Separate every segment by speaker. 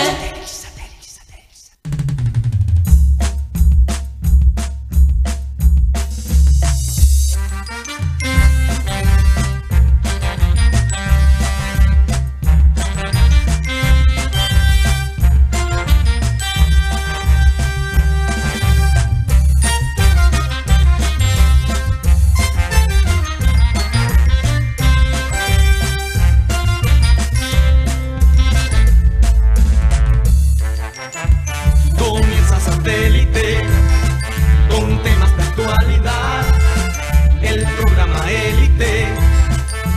Speaker 1: Satellite.
Speaker 2: Comienza satélite con temas de actualidad. El programa élite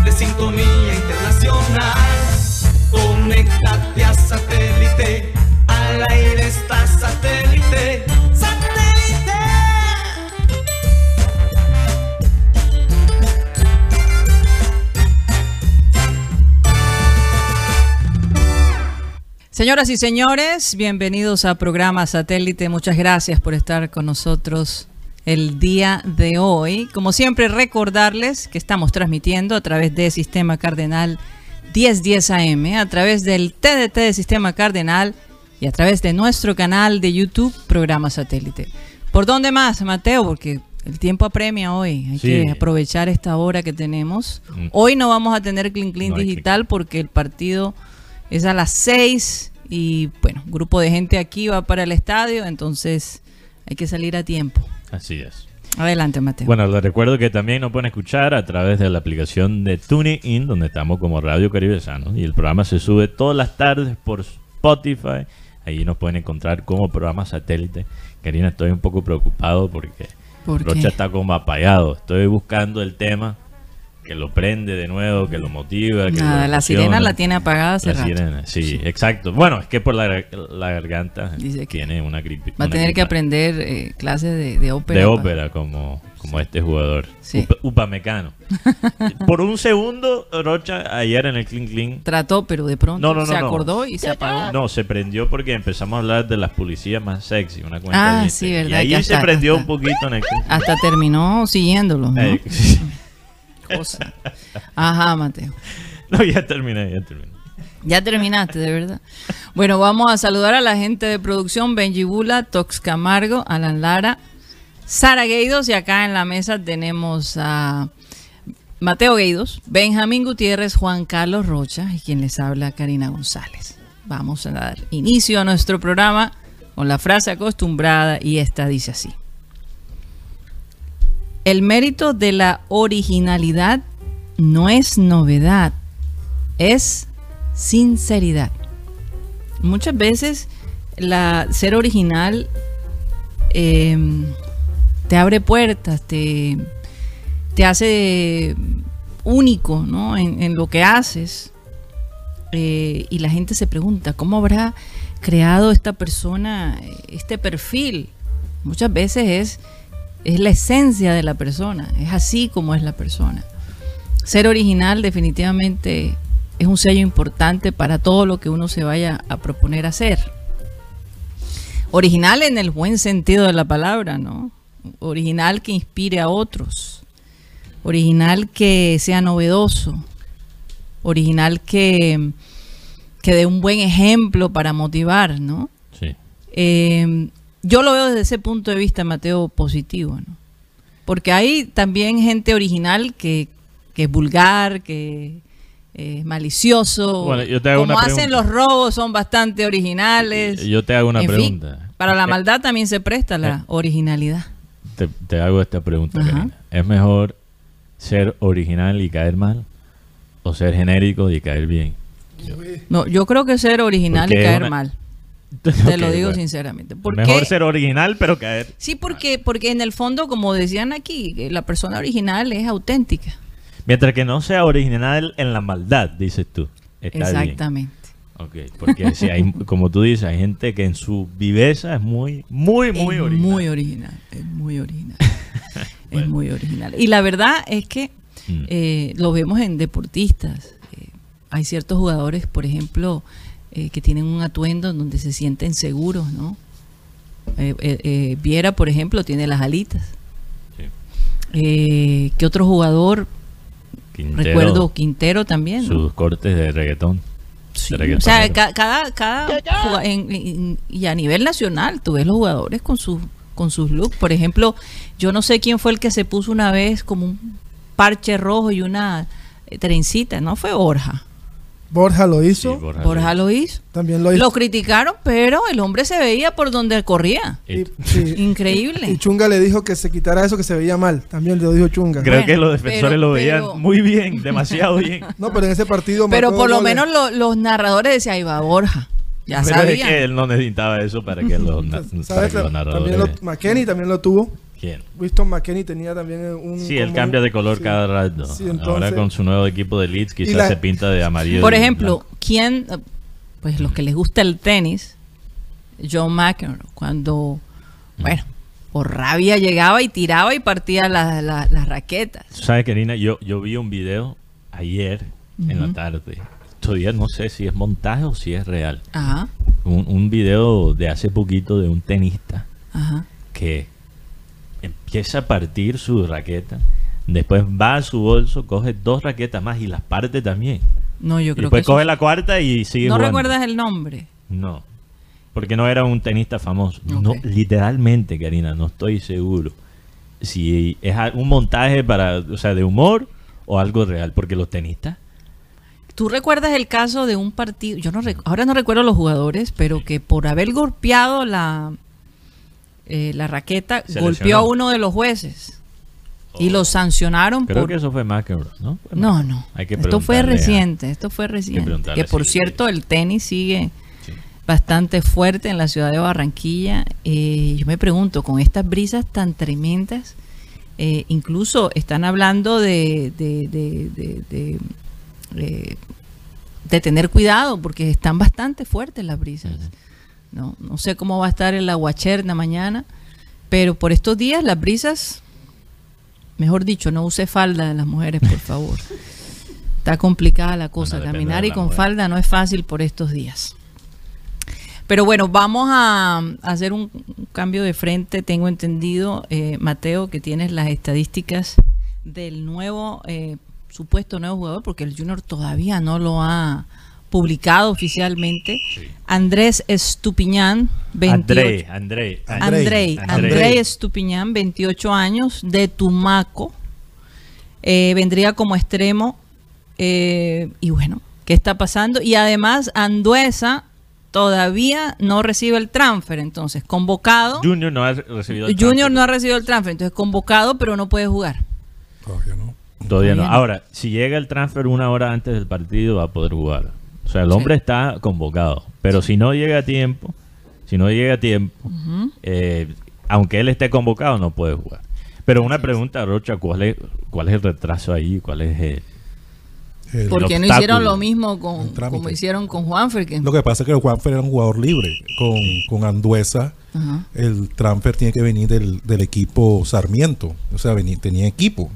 Speaker 2: de sintonía internacional. Conéctate a satélite. Al aire está satélite. ¡Satélite!
Speaker 3: Señoras y señores, bienvenidos a programa Satélite. Muchas gracias por estar con nosotros el día de hoy. Como siempre, recordarles que estamos transmitiendo a través de Sistema Cardenal 1010 AM, a través del TDT de Sistema Cardenal y a través de nuestro canal de YouTube, programa Satélite. ¿Por dónde más, Mateo? Porque el tiempo apremia hoy. Hay
Speaker 4: Sí.
Speaker 3: que aprovechar esta hora que tenemos. Hoy no vamos a tener Clean Clean
Speaker 4: No hay Clean
Speaker 3: Digital porque el partido es a las 6 y bueno, grupo de gente aquí va para el estadio, entonces hay que salir a tiempo.
Speaker 4: Así es.
Speaker 3: Adelante, Mateo.
Speaker 4: Bueno, les recuerdo que también nos pueden escuchar a través de la aplicación de TuneIn, donde estamos como Radio Caribe Sano. Y el programa se sube todas las tardes por Spotify. Ahí nos pueden encontrar como programa satélite. Karina, estoy un poco preocupado porque
Speaker 3: ¿Por qué?
Speaker 4: Rocha está como apagado. Estoy buscando el tema que lo prende de nuevo, que lo motiva. Que
Speaker 3: Nada,
Speaker 4: lo
Speaker 3: la sirena
Speaker 4: emociona.
Speaker 3: la tiene apagada hace
Speaker 4: La
Speaker 3: rato.
Speaker 4: sirena, sí, exacto. Bueno, es que por la, la garganta
Speaker 3: Dice que
Speaker 4: tiene una gripe.
Speaker 3: Va a
Speaker 4: una
Speaker 3: tener que
Speaker 4: gripa.
Speaker 3: aprender eh, clases de, de ópera.
Speaker 4: de
Speaker 3: pa-
Speaker 4: ópera como, como este jugador.
Speaker 3: Sí.
Speaker 4: Upa- Upamecano. Por un segundo, Rocha, ayer en el Clean Clean.
Speaker 3: Trató, pero de pronto
Speaker 4: No, no, no,
Speaker 3: se
Speaker 4: no.
Speaker 3: acordó y se apagó.
Speaker 4: No, se prendió porque empezamos a hablar de las policías más sexy, una cuenta
Speaker 3: Ah,
Speaker 4: de
Speaker 3: sí,
Speaker 4: Instagram.
Speaker 3: verdad,
Speaker 4: Y
Speaker 3: que
Speaker 4: ahí se
Speaker 3: hasta-
Speaker 4: prendió
Speaker 3: hasta-
Speaker 4: un poquito en el Clean Clean.
Speaker 3: Hasta terminó siguiéndolo. ¿no?
Speaker 4: Eh,
Speaker 3: Cosa. Ajá, Mateo.
Speaker 4: no, ya terminé, ya terminé.
Speaker 3: Ya terminaste, de verdad. Bueno, vamos a saludar a la gente de producción, Benji Bula, Tox Camargo, Alan Lara, Sara Gueidos y acá en la mesa tenemos a Mateo Gueidos, Benjamín Gutiérrez, Juan Carlos Rocha y quien les habla Karina González. Vamos a dar inicio a nuestro programa con la frase acostumbrada y esta dice así. El mérito de la originalidad no es novedad, es sinceridad. Muchas veces la ser original eh, te abre puertas, te, te hace único ¿no? en, en lo que haces. Eh, y la gente se pregunta, ¿cómo habrá creado esta persona eh, este perfil? Muchas veces es, es la esencia de la persona, es así como es la persona. Ser original definitivamente es un sello importante para todo lo que uno se vaya a proponer hacer. Original en el buen sentido de la palabra, ¿no? Original que inspire a otros. Original que sea novedoso. Original que, que dé un buen ejemplo para motivar, ¿no?
Speaker 4: Sí.
Speaker 3: Eh, yo lo veo desde ese punto de vista, Mateo, positivo, ¿no? Porque hay también gente original que, que es vulgar, que eh, es malicioso.
Speaker 4: Bueno, yo te hago
Speaker 3: Como
Speaker 4: una
Speaker 3: hacen
Speaker 4: pregunta.
Speaker 3: los robos, son bastante originales.
Speaker 4: Yo te hago una
Speaker 3: En fin,
Speaker 4: pregunta.
Speaker 3: para la
Speaker 4: Eh,
Speaker 3: maldad también se presta la
Speaker 4: eh.
Speaker 3: originalidad.
Speaker 4: Te, te hago esta pregunta,
Speaker 3: Ajá.
Speaker 4: Karina. ¿Es mejor ser original y caer mal o ser genérico y caer bien?
Speaker 3: No, yo creo que ser original
Speaker 4: Porque
Speaker 3: y
Speaker 4: es
Speaker 3: caer
Speaker 4: una-
Speaker 3: mal.
Speaker 4: Te
Speaker 3: Te lo digo sinceramente. ¿Por
Speaker 4: Mejor
Speaker 3: qué?
Speaker 4: ser original pero caer
Speaker 3: Sí, porque, porque en el fondo, como decían aquí, que la persona original es auténtica.
Speaker 4: Mientras que no sea original en la maldad, dices tú. Está Bien.
Speaker 3: Exactamente.
Speaker 4: Ok, porque si hay, como tú dices, hay gente que en su viveza es muy, muy, muy
Speaker 3: es
Speaker 4: original.
Speaker 3: muy original, es muy original. Es muy original. Y la verdad es que
Speaker 4: Mm.
Speaker 3: eh, lo vemos en deportistas. Eh, hay ciertos jugadores, por ejemplo, eh, que tienen un atuendo en donde se sienten seguros, ¿no? Eh, eh, eh, Viera, por ejemplo, tiene las alitas.
Speaker 4: Sí.
Speaker 3: Eh, ¿Qué otro jugador?
Speaker 4: Quintero,
Speaker 3: Recuerdo Quintero también. ¿no?
Speaker 4: sus cortes de reggaetón.
Speaker 3: Sí,
Speaker 4: reggaetonero.
Speaker 3: o sea, ca- cada, cada jugada- en- en- y a nivel nacional, tú ves los jugadores con sus con sus looks. Por ejemplo, yo no sé quién fue el que se puso una vez como un parche rojo y una eh, trencita, no fue Borja.
Speaker 1: Borja lo
Speaker 4: Sí,
Speaker 1: hizo.
Speaker 4: Borja
Speaker 3: Borja
Speaker 4: Luis.
Speaker 3: lo hizo.
Speaker 1: También lo hizo.
Speaker 3: Lo criticaron, pero el hombre se veía por donde corría.
Speaker 1: Y,
Speaker 4: Y-
Speaker 1: sí. Y
Speaker 3: Increíble.
Speaker 1: Chunga le dijo que se quitara eso que se veía mal. También lo dijo Chunga.
Speaker 4: Creo que
Speaker 3: Bueno,
Speaker 4: los defensores
Speaker 3: pero-
Speaker 4: lo veían
Speaker 3: pero-
Speaker 4: muy bien, demasiado bien.
Speaker 1: No, pero en ese partido.
Speaker 3: Pero
Speaker 1: marcó
Speaker 3: por lo
Speaker 1: goles.
Speaker 3: menos lo- los narradores decían, ahí va Borja. Ya
Speaker 4: Pero es
Speaker 3: sabían.
Speaker 4: que él no necesitaba eso para que los, na- para
Speaker 1: ¿Sabes?
Speaker 4: que los narradores.
Speaker 1: También lo, McKenny también lo tuvo.
Speaker 4: ¿Quién?
Speaker 1: Winston McKenny tenía también un.
Speaker 4: Sí, él
Speaker 1: como-
Speaker 4: cambia de color
Speaker 1: sí.
Speaker 4: cada rato.
Speaker 1: Sí, entonces-
Speaker 4: Ahora con su nuevo equipo de Leeds quizás
Speaker 1: la-
Speaker 4: se pinta de amarillo.
Speaker 3: Por
Speaker 4: y
Speaker 3: ejemplo,
Speaker 4: blanco.
Speaker 3: ¿quién? eh, Pues los que les gusta el tenis, John McEnroe, cuando,
Speaker 4: Mm.
Speaker 3: bueno, por rabia llegaba y tiraba y partía la- la- las raquetas.
Speaker 4: ¿Sabes, Karina? Yo, yo vi un video ayer en la
Speaker 3: Ujú.
Speaker 4: tarde. Todavía no sé si es montaje o si es real.
Speaker 3: Ajá,
Speaker 4: Un, un video de hace poquito de un tenista
Speaker 3: ajá.
Speaker 4: que empieza a partir su raqueta. Después va a su bolso, coge dos raquetas más y las parte también.
Speaker 3: No, yo
Speaker 4: Y
Speaker 3: creo que.
Speaker 4: después
Speaker 3: eso-
Speaker 4: coge la cuarta y sigue
Speaker 3: no
Speaker 4: jugando.
Speaker 3: recuerdas el nombre.
Speaker 4: No. Porque no era un tenista famoso. No,
Speaker 3: Ok.
Speaker 4: literalmente, Karina, no estoy seguro si es a- un montaje para, o sea, de humor o algo real, porque los tenistas
Speaker 3: ¿Tú recuerdas el caso de un partido? Yo no recu- ahora no recuerdo los jugadores, pero que por haber golpeado la, eh, la raqueta,
Speaker 4: Se
Speaker 3: golpeó
Speaker 4: lesionó. Oh.
Speaker 3: a uno de los jueces. Y lo sancionaron
Speaker 4: creo
Speaker 3: por
Speaker 4: que eso fue McEnroe, ¿no? Fue
Speaker 3: No,
Speaker 4: McEnroe.
Speaker 3: no.
Speaker 4: Hay que
Speaker 3: esto fue
Speaker 4: preguntarle a-
Speaker 3: reciente, esto fue reciente.
Speaker 4: preguntarle
Speaker 3: Que por
Speaker 4: si-
Speaker 3: cierto, el tenis sigue
Speaker 4: Sí.
Speaker 3: bastante fuerte en la ciudad de Barranquilla. Eh, yo me pregunto, con estas brisas tan tremendas, eh, incluso están hablando de, de, de- de- de, eh, de tener cuidado porque están bastante fuertes las brisas.
Speaker 4: Ujú.
Speaker 3: no, no sé cómo va a estar el aguacherna mañana, pero por estos días las brisas Mejor dicho, no use falda de las mujeres, por favor. Está complicada la cosa.
Speaker 4: Bueno, depende
Speaker 3: Caminar
Speaker 4: de
Speaker 3: y
Speaker 4: la
Speaker 3: con
Speaker 4: mujer.
Speaker 3: falda no es fácil por estos días. Pero bueno, vamos a hacer un un cambio de frente. Tengo entendido, eh, Mateo, que tienes las estadísticas del nuevo, eh, supuesto nuevo jugador, porque el Junior todavía no lo ha publicado oficialmente. Andrés Estupiñán, 28.
Speaker 4: André, André, André.
Speaker 3: Andrei,
Speaker 1: Andrei.
Speaker 4: Andrei.
Speaker 3: Andrei Estupiñán, 28 años, de Tumaco. Eh, vendría como extremo. eh, y bueno, ¿qué está pasando? Y además, Anduesa todavía no recibe el transfer, entonces, convocado.
Speaker 4: Junior no ha recibido el
Speaker 3: Junior
Speaker 4: transfer.
Speaker 3: no ha recibido el transfer, entonces convocado, pero no puede jugar.
Speaker 5: Todavía no.
Speaker 4: Todavía no.
Speaker 3: Todavía no.
Speaker 4: Ahora, si llega el transfer una hora antes del partido, va a poder jugar. O sea, el
Speaker 3: Sí.
Speaker 4: hombre está convocado. Pero si no llega a tiempo, si no llega a tiempo, eh, aunque él esté convocado, no puede jugar. Pero una pregunta, Rocha, ¿cuál es, cuál es el retraso ahí? ¿Cuál es eh, el-
Speaker 5: El-
Speaker 4: Por-
Speaker 3: Porque no
Speaker 4: obstáculo,
Speaker 3: hicieron lo mismo con,
Speaker 5: el trámite.
Speaker 3: como hicieron con Juanfer. que-
Speaker 5: Lo que pasa es que Juanfer era un jugador libre. Con, con Anduesa,
Speaker 3: Ajá.
Speaker 5: el transfer tiene que venir del, del equipo Sarmiento. O sea, veni- tenía equipo.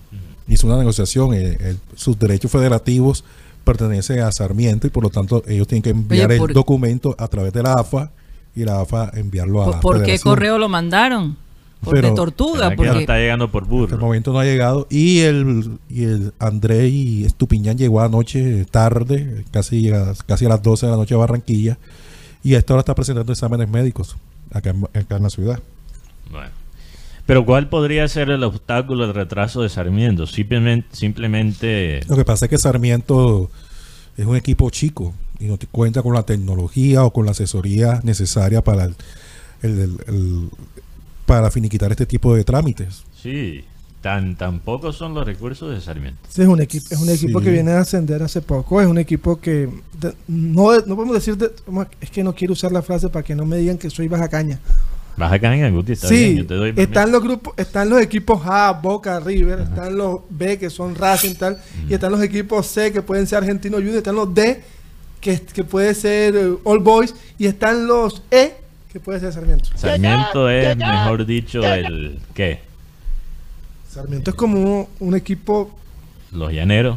Speaker 5: Hizo una negociación. eh, el- sus derechos federativos pertenecen a Sarmiento y por lo tanto ellos tienen que enviar
Speaker 3: por-
Speaker 5: el documento a través de la AFA y la AFA enviarlo a
Speaker 3: ¿Por,
Speaker 5: la
Speaker 3: por qué
Speaker 5: federación.
Speaker 3: correo lo mandaron? Por de
Speaker 5: Pero-
Speaker 3: tortuga,
Speaker 4: ¿Será que no
Speaker 3: porque
Speaker 4: está llegando por
Speaker 5: Hasta el
Speaker 4: burro.
Speaker 5: Este momento no ha llegado. Y el, y el André Estupiñán llegó anoche tarde, casi a, casi a las 12 de la noche a Barranquilla. Y a esta hora está presentando exámenes médicos acá en, acá en la ciudad.
Speaker 4: Bueno. Pero ¿cuál podría ser el obstáculo, el retraso de Sarmiento? Simplemente, simplemente
Speaker 5: Lo que pasa es que Sarmiento es un equipo chico y no te cuenta con la tecnología o con la asesoría necesaria para, el, el- el- el- para finiquitar este tipo de trámites.
Speaker 4: sí, tan, tan pocos son los recursos de Sarmiento.
Speaker 1: Sí, es un, equipo es un equipo
Speaker 5: Sí.
Speaker 1: que viene a ascender hace poco. Es un equipo que. de- no, no podemos decir. de- es que no quiero usar la frase para que no me digan que soy baja caña.
Speaker 4: Vas a caer en Guti, está
Speaker 1: sí,
Speaker 4: bien, yo te doy
Speaker 1: están los grupos, están los equipos A, Boca, River, están los B que son Racing tal, y están los equipos C que pueden ser Argentino Junior, están los D que, que puede ser eh, All Boys y están los E que puede ser Sarmiento.
Speaker 4: Sarmiento es, mejor dicho, el ¿qué?
Speaker 1: Sarmiento es como un, un equipo
Speaker 4: Los llaneros,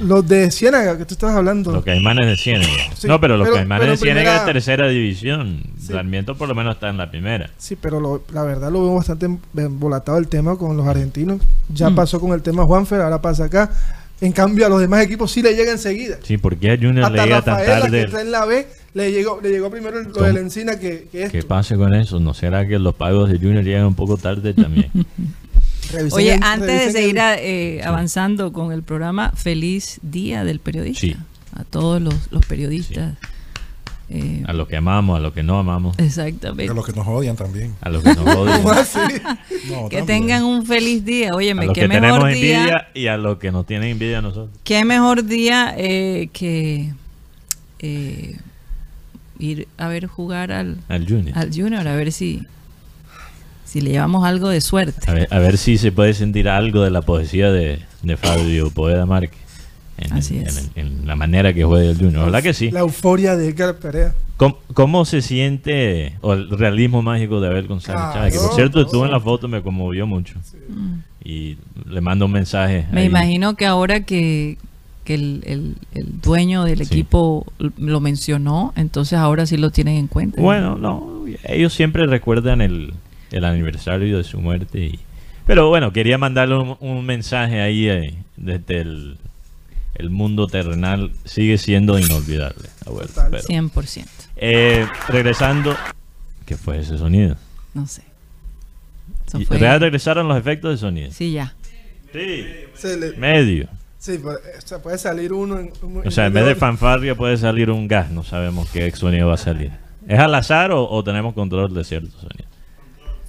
Speaker 1: los de Ciénaga que tú estabas hablando.
Speaker 4: los caimanes de Ciénaga.
Speaker 1: Sí,
Speaker 4: no, pero los
Speaker 1: pero-
Speaker 4: caimanes
Speaker 1: pero
Speaker 4: de Ciénaga es
Speaker 1: primera-
Speaker 4: tercera división.
Speaker 1: Sí.
Speaker 4: Sarmiento por lo menos está en la primera.
Speaker 1: Sí, pero lo- la verdad lo veo bastante embolatado el tema con los argentinos. Ya
Speaker 3: Mm.
Speaker 1: pasó con el tema Juanfer, ahora pasa acá. En cambio, a los demás equipos sí le llega enseguida.
Speaker 4: Sí, porque a Junior le
Speaker 1: Hasta
Speaker 4: llega tan
Speaker 1: Rafaela, que
Speaker 4: tarde.
Speaker 1: está en la B, le llegó, le llegó primero el, lo de la encina que, que
Speaker 4: ¿Qué
Speaker 1: esto.
Speaker 4: pasa con eso? ¿No será que los pagos de Junior llegan un poco tarde también?
Speaker 1: Revisen
Speaker 3: Oye,
Speaker 1: el-
Speaker 3: antes de
Speaker 1: revisen
Speaker 3: seguir
Speaker 1: el-
Speaker 3: a- eh, avanzando con el programa, feliz día del periodista.
Speaker 4: Sí.
Speaker 3: A todos los, los periodistas. Eh,
Speaker 4: a los que amamos, a los que no amamos,
Speaker 5: A
Speaker 3: exactamente.
Speaker 5: los que nos odian también.
Speaker 4: a los que nos
Speaker 1: ¿Cómo
Speaker 4: odian,
Speaker 1: así?
Speaker 5: No,
Speaker 3: Que
Speaker 5: también.
Speaker 3: tengan un feliz día.
Speaker 4: a
Speaker 3: Óyeme,
Speaker 4: los
Speaker 3: qué
Speaker 4: que tenemos
Speaker 3: mejor día.
Speaker 4: envidia y a los que nos tienen envidia a nosotros.
Speaker 3: Qué mejor día eh, que eh, ir a ver jugar al,
Speaker 4: Al Junior.
Speaker 3: al Junior, a ver si, si le llevamos algo de
Speaker 4: A
Speaker 3: suerte.
Speaker 4: ver, a ver si se puede sentir algo de la poesía de, de Fabio Poeda Márquez. En,
Speaker 3: Así
Speaker 4: en-
Speaker 3: es.
Speaker 4: en- en la manera que juega el Junior. ¿Verdad que sí?
Speaker 1: La euforia de Edgar Perea.
Speaker 4: ¿Cómo, cómo se siente o el realismo mágico de Abel González
Speaker 1: Ah,
Speaker 4: Chávez? Que por
Speaker 1: no,
Speaker 4: cierto,
Speaker 1: no,
Speaker 4: estuvo en
Speaker 1: sí.
Speaker 4: la foto, me conmovió mucho. Y le mando un mensaje.
Speaker 3: Me
Speaker 4: ahí.
Speaker 3: imagino que ahora que, que el, el- el dueño del
Speaker 4: Sí.
Speaker 3: equipo lo mencionó, entonces ahora sí lo tienen en cuenta.
Speaker 4: Bueno, no, ellos siempre recuerdan el, el aniversario de su muerte. y- pero bueno, quería mandarle un, un mensaje ahí eh, desde el, el mundo terrenal. Sigue siendo inolvidable. Abuelo,
Speaker 1: Total.
Speaker 4: pero-
Speaker 3: 100%.
Speaker 4: Eh, regresando. ¿Qué fue ese sonido?
Speaker 3: No sé. Eso
Speaker 4: Y-
Speaker 3: fue-
Speaker 4: ¿real regresaron los efectos de sonido?
Speaker 3: Sí, ya.
Speaker 4: Sí.
Speaker 1: Se le-
Speaker 4: Medio.
Speaker 1: sí, pues, o sea, puede salir uno en, un-
Speaker 4: O sea, en vez de fanfarria puede salir un gas. No sabemos qué sonido va a salir. ¿Es al azar o, o tenemos control de ciertos sonidos?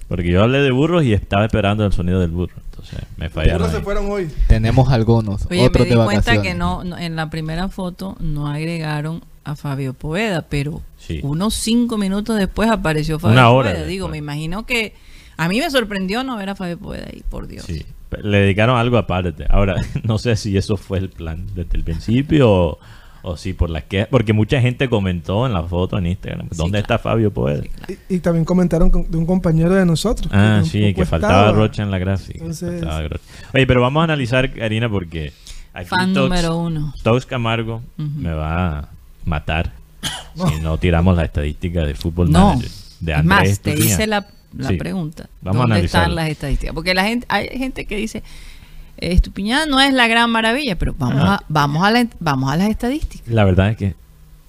Speaker 4: Porque yo hablé de burros y estaba esperando el sonido del burro. Entonces me fallaron.
Speaker 1: Unos se
Speaker 4: ahí.
Speaker 1: fueron hoy.
Speaker 6: Tenemos algunos,
Speaker 3: Oye,
Speaker 6: otros
Speaker 3: me
Speaker 6: de
Speaker 3: di
Speaker 6: vacaciones.
Speaker 3: cuenta que no, no- en la primera foto no agregaron a Fabio Poveda, pero
Speaker 4: Sí.
Speaker 3: unos cinco minutos después apareció Fabio
Speaker 4: Una hora
Speaker 3: Poveda. Digo,
Speaker 4: después.
Speaker 3: me imagino que a mí me sorprendió no ver a Fabio Poveda ahí, por Dios.
Speaker 4: Sí. Le dedicaron algo aparte. Ahora, no sé si eso fue el plan desde el principio o, o si por las que... Porque mucha gente comentó en la foto en Instagram.
Speaker 3: Sí,
Speaker 4: ¿Dónde está Fabio Poeda?
Speaker 1: Y, y también comentaron con- de un compañero de nosotros.
Speaker 4: Ah,
Speaker 1: que
Speaker 4: sí,
Speaker 1: tampoco
Speaker 4: que faltaba
Speaker 1: estaba.
Speaker 4: Rocha en la gráfica.
Speaker 1: Entonces-
Speaker 4: faltaba Rocha. Oye, pero vamos a analizar, Karina, porque aquí
Speaker 3: Fan
Speaker 4: Tox,
Speaker 3: número uno.
Speaker 4: Tox Camargo me va a matar si no tiramos la estadística de fútbol
Speaker 3: No.
Speaker 4: Manager de
Speaker 3: Es más,
Speaker 4: Andrés
Speaker 3: te
Speaker 4: Tuñán.
Speaker 3: hice la, la
Speaker 4: Sí.
Speaker 3: pregunta.
Speaker 4: Vamos a
Speaker 3: ¿Dónde
Speaker 4: analizarlo.
Speaker 3: están las estadísticas? Porque la gente, hay gente que dice, eh, Estupiñán no es la gran maravilla, pero vamos,
Speaker 4: Ah.
Speaker 3: a, vamos, a, la- vamos a las estadísticas.
Speaker 4: La verdad es que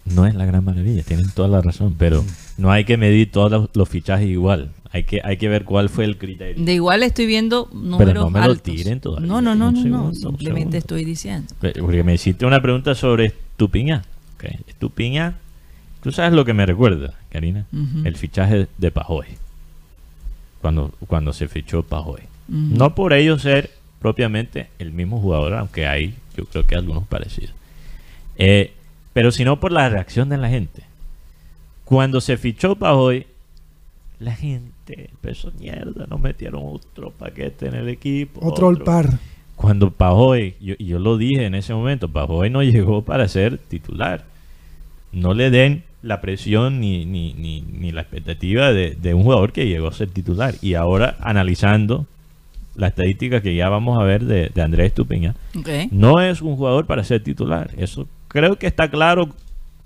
Speaker 4: no es la gran maravilla, tienen toda la razón,
Speaker 3: Mm.
Speaker 4: pero no hay que medir todos los, los fichajes igual. Hay que, hay que ver cuál fue el criterio.
Speaker 3: De igual estoy viendo números
Speaker 4: no me lo
Speaker 3: altos.
Speaker 4: tiren todavía.
Speaker 3: No, no, no,
Speaker 4: Un
Speaker 3: no,
Speaker 4: segundo,
Speaker 3: no.
Speaker 4: un
Speaker 3: Simplemente
Speaker 4: segundo.
Speaker 3: estoy diciendo.
Speaker 4: Eh, Porque me hiciste una pregunta sobre Estupiñá. Ok, Estupiñá, tú sabes lo que me recuerda, Karina,
Speaker 3: Ujú.
Speaker 4: el fichaje de Pajoy. Cuando, cuando se fichó Pajoy.
Speaker 3: Ujú.
Speaker 4: No por ello ser propiamente el mismo jugador, aunque hay yo creo que algunos parecidos. Eh, pero sino por la reacción de la gente. Cuando se fichó Pajoy, la gente empezó mierda, nos metieron otro paquete en el equipo.
Speaker 1: Otro all par.
Speaker 4: Cuando Pajoy, yo, y yo lo dije en ese momento, Pajoy no llegó para ser titular. No le den la presión ni, ni, ni, ni la expectativa de, de un jugador que llegó a ser titular. Y ahora analizando la estadística que ya vamos a ver de, de Andrés Tupiña,
Speaker 3: Ok.
Speaker 4: no es un jugador para ser titular. Eso creo que está claro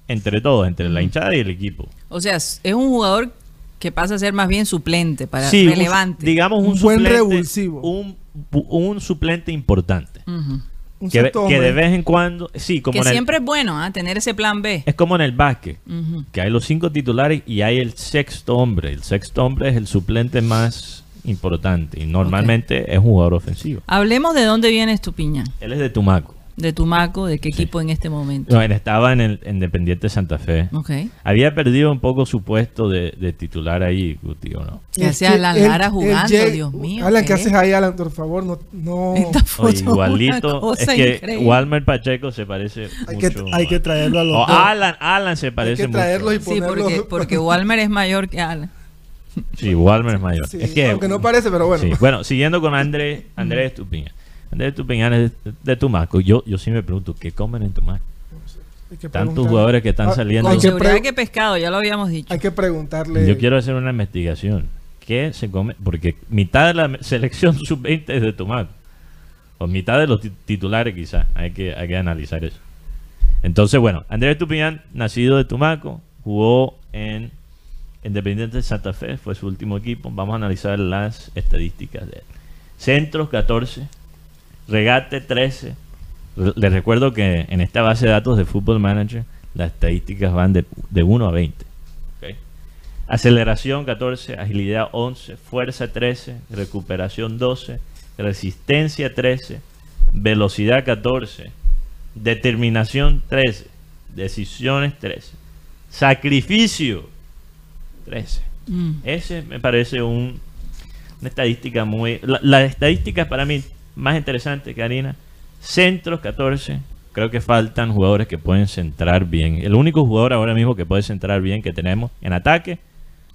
Speaker 4: entre todos, entre la hinchada y el equipo.
Speaker 3: O sea, es es un jugador que pasa a ser más bien suplente, para
Speaker 4: Sí, un-
Speaker 3: relevante.
Speaker 4: digamos un,
Speaker 1: Un buen
Speaker 4: suplente,
Speaker 1: revulsivo.
Speaker 4: Un, un suplente importante.
Speaker 3: Ujú.
Speaker 1: Un
Speaker 4: Que, ve-
Speaker 1: sexto
Speaker 4: que
Speaker 1: hombre.
Speaker 4: de vez en cuando, sí, como
Speaker 3: Que
Speaker 4: en el-
Speaker 3: siempre es bueno ah, tener ese plan B.
Speaker 4: Es como en el básquet,
Speaker 3: Ujú.
Speaker 4: que hay los cinco titulares y hay el sexto hombre. El sexto hombre es el suplente más importante y normalmente es un jugador ofensivo.
Speaker 3: Hablemos de dónde viene Estupiñán,
Speaker 4: Él es de Tumaco.
Speaker 3: de Tumaco, de qué equipo en este momento.
Speaker 4: No, él estaba en el en Independiente Santa Fe.
Speaker 3: Ok.
Speaker 4: Había perdido un poco su puesto de, de titular ahí, Guti, ¿o no?
Speaker 3: ¿Qué hace Alan Lara jugando? Dios mío,
Speaker 1: Alan,
Speaker 3: ¿qué
Speaker 1: ¿qué haces ahí, Alan? Por favor, no. no.
Speaker 3: Esta foto
Speaker 4: Oye,
Speaker 3: es una
Speaker 4: igualito.
Speaker 3: cosa
Speaker 4: Es que
Speaker 3: increíble.
Speaker 4: Walmer Pacheco se parece
Speaker 1: Hay que,
Speaker 4: mucho.
Speaker 1: hay que
Speaker 4: a-
Speaker 1: traerlo a los.
Speaker 4: O
Speaker 1: dos.
Speaker 4: Alan, Alan se parece
Speaker 1: hay que traerlo
Speaker 4: mucho.
Speaker 1: y
Speaker 3: Sí,
Speaker 1: ponerlo.
Speaker 3: porque, porque Walmer es mayor que Alan.
Speaker 4: Sí, Walmer es mayor.
Speaker 1: Sí,
Speaker 4: es que,
Speaker 1: aunque no parece, pero bueno.
Speaker 4: Sí, bueno, siguiendo con Andrés Andrés Estupiñán. Andrés Estupiñán es de, de Tumaco. Yo, yo sí me pregunto, ¿qué comen en Tumaco?
Speaker 1: Hay que
Speaker 4: Tantos
Speaker 1: preguntar-
Speaker 4: jugadores que están
Speaker 1: Ah,
Speaker 4: saliendo.
Speaker 1: Hay
Speaker 3: Con
Speaker 1: que,
Speaker 3: seguridad
Speaker 1: pre-
Speaker 3: que pescado, ya lo habíamos dicho.
Speaker 1: hay que preguntarle.
Speaker 4: Yo quiero hacer una investigación. ¿Qué se come? Porque mitad de la me- selección sub-20 es de Tumaco. O mitad de los ti- titulares quizás. Hay que, hay que analizar eso. Entonces, bueno, Andrés Estupiñán, nacido de Tumaco, jugó en Independiente de Santa Fe, fue su último equipo. Vamos a analizar las estadísticas de él. Centros 14, regate 13, Re- Les recuerdo que en esta base de datos de Football Manager las estadísticas van de, de 1 a 20. ¿ok? Aceleración 14, agilidad 11, fuerza 13, recuperación 12, resistencia 13, velocidad 14, determinación 13, decisiones 13, sacrificio 13.
Speaker 3: Mm.
Speaker 4: Ese me parece un, una estadística muy... la- Las estadísticas para mí más interesantes, Karina. Centros 14. Creo que faltan jugadores que pueden centrar bien. El único jugador ahora mismo que puede centrar bien que tenemos en ataque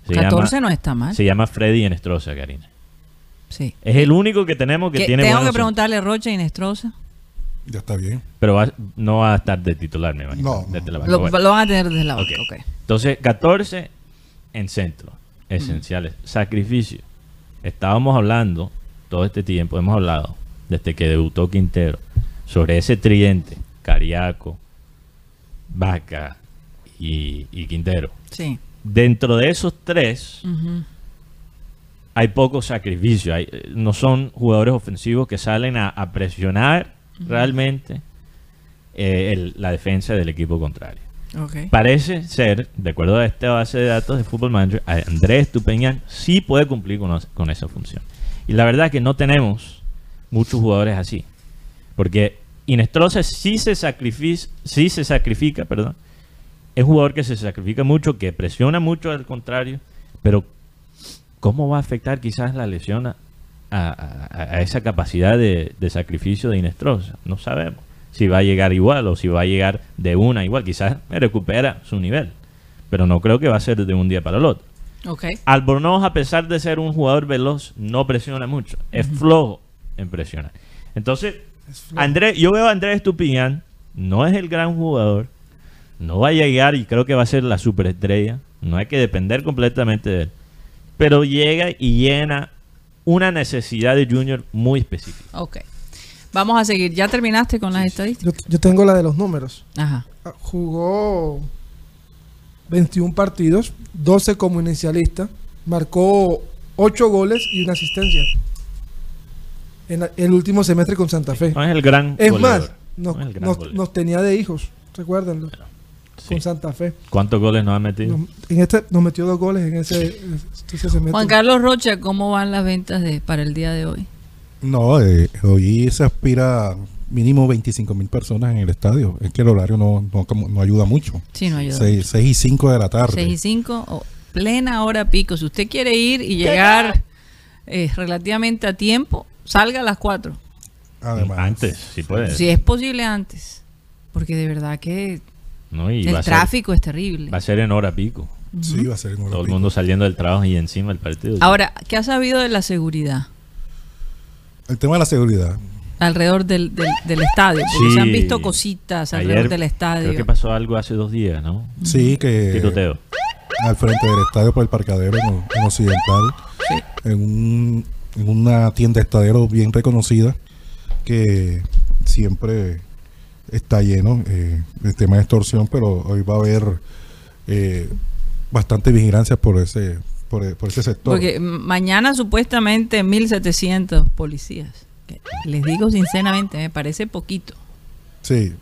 Speaker 4: se,
Speaker 3: 14
Speaker 4: llama,
Speaker 3: no está mal.
Speaker 4: se llama Freddy Enestrosa, Karina.
Speaker 3: Sí.
Speaker 4: Es el único que tenemos que
Speaker 3: ¿Qué-
Speaker 4: tiene
Speaker 3: tengo
Speaker 4: buenos
Speaker 3: que
Speaker 4: cent-
Speaker 3: preguntarle a Rocha y Nestroza.
Speaker 5: Ya está bien.
Speaker 4: Pero va- no va a estar de titular, me imagino.
Speaker 5: No, no.
Speaker 4: desde la banca.
Speaker 3: Lo,
Speaker 4: Bueno.
Speaker 3: lo van a tener desde la banca.
Speaker 4: Ok.
Speaker 3: ok.
Speaker 4: Entonces, 14 en centro, esenciales. Sacrificio. Estábamos hablando, todo este tiempo hemos hablado, desde que debutó Quintero, sobre ese tridente, Cariaco, Vaca y, y Quintero.
Speaker 3: Sí.
Speaker 4: Dentro de esos tres
Speaker 3: Ujú.
Speaker 4: hay poco sacrificio. hay- no son jugadores ofensivos que salen a, a presionar realmente eh, el- la defensa del equipo contrario.
Speaker 3: Ok.
Speaker 4: Parece ser, de acuerdo a esta base de datos de Football Manager, a- Andrés Tupeñán sí puede cumplir con, os- con esa función. Y la verdad es que no tenemos muchos jugadores así. Porque Inestrosa sí se, sacrific- sí se sacrifica, perdón. Es un jugador que se sacrifica mucho, que presiona mucho al contrario. Pero, ¿cómo va a afectar quizás la lesión a, a- a- a esa capacidad de, de sacrificio de Inestrosa? No sabemos si va a llegar igual o si va a llegar de una igual. Quizás recupera su nivel. Pero no creo que va a ser de un día para el otro.
Speaker 3: Ok.
Speaker 4: Albornoz, a pesar de ser un jugador veloz, no presiona mucho. Es flojo en presionar. Entonces, Andrés, yo veo a Andrés Estupiñán, no es el gran jugador, no va a llegar y creo que va a ser la superestrella. No hay que depender completamente de él. Pero llega y llena una necesidad de Junior muy específica.
Speaker 3: Ok. Vamos a seguir. ¿Ya terminaste con las estadísticas?
Speaker 1: Yo, yo tengo la de los números.
Speaker 3: Ajá.
Speaker 1: Ah, Jugó 21 partidos, 12 como inicialista, marcó 8 goles y una asistencia. En la- el último semestre con Santa Fe.
Speaker 4: No es el gran
Speaker 1: Es
Speaker 4: Ah, goleador.
Speaker 1: más, nos,
Speaker 4: No es el gran
Speaker 1: nos-
Speaker 4: goleador.
Speaker 1: nos tenía de hijos, recuérdenlo,
Speaker 4: Sí.
Speaker 1: con Santa Fe.
Speaker 4: ¿Cuántos goles nos ha metido?
Speaker 1: Nos, en este, nos metió dos goles en ese, ese semestre.
Speaker 3: Juan Carlos Rocha, ¿cómo van las ventas de, para el día de hoy?
Speaker 5: No, eh, hoy se aspira mínimo 25 mil personas en el estadio. Es que el horario no, no, como- no ayuda mucho.
Speaker 3: Sí, no ayuda.
Speaker 5: 6, y 5 de la
Speaker 3: 6 y
Speaker 5: tarde.
Speaker 3: 5, plena hora pico. Si usted quiere ir y llegar eh, relativamente a tiempo, salga a las 4.
Speaker 5: Además,
Speaker 4: Antes, si puede.
Speaker 3: Si es posible antes. Porque de verdad que
Speaker 4: ¿no? Y va
Speaker 3: el
Speaker 4: a ser-
Speaker 3: tráfico es terrible.
Speaker 4: va a ser en hora pico.
Speaker 5: Sí, va a ser en hora
Speaker 4: Todo el
Speaker 5: pico.
Speaker 4: mundo saliendo del trabajo y encima el partido.
Speaker 3: Ahora, ¿qué ha sabido de la seguridad
Speaker 5: El tema de la seguridad.
Speaker 3: alrededor del, del- del estadio? Porque
Speaker 4: Sí.
Speaker 3: se han visto cositas alrededor
Speaker 4: Ayer
Speaker 3: del estadio.
Speaker 4: Creo que pasó algo hace dos días, ¿no?
Speaker 5: Sí, que
Speaker 4: Tiroteo.
Speaker 5: al frente del estadio por el parcadero en, en Occidental, en, un- en una tienda de estadero bien reconocida que siempre está lleno eh, el tema de extorsión, pero hoy va a haber eh, bastante vigilancia por ese por, por ese sector.
Speaker 3: Porque m- mañana supuestamente 1.700 policías. Que Les digo sinceramente, me parece poquito.
Speaker 5: Sí,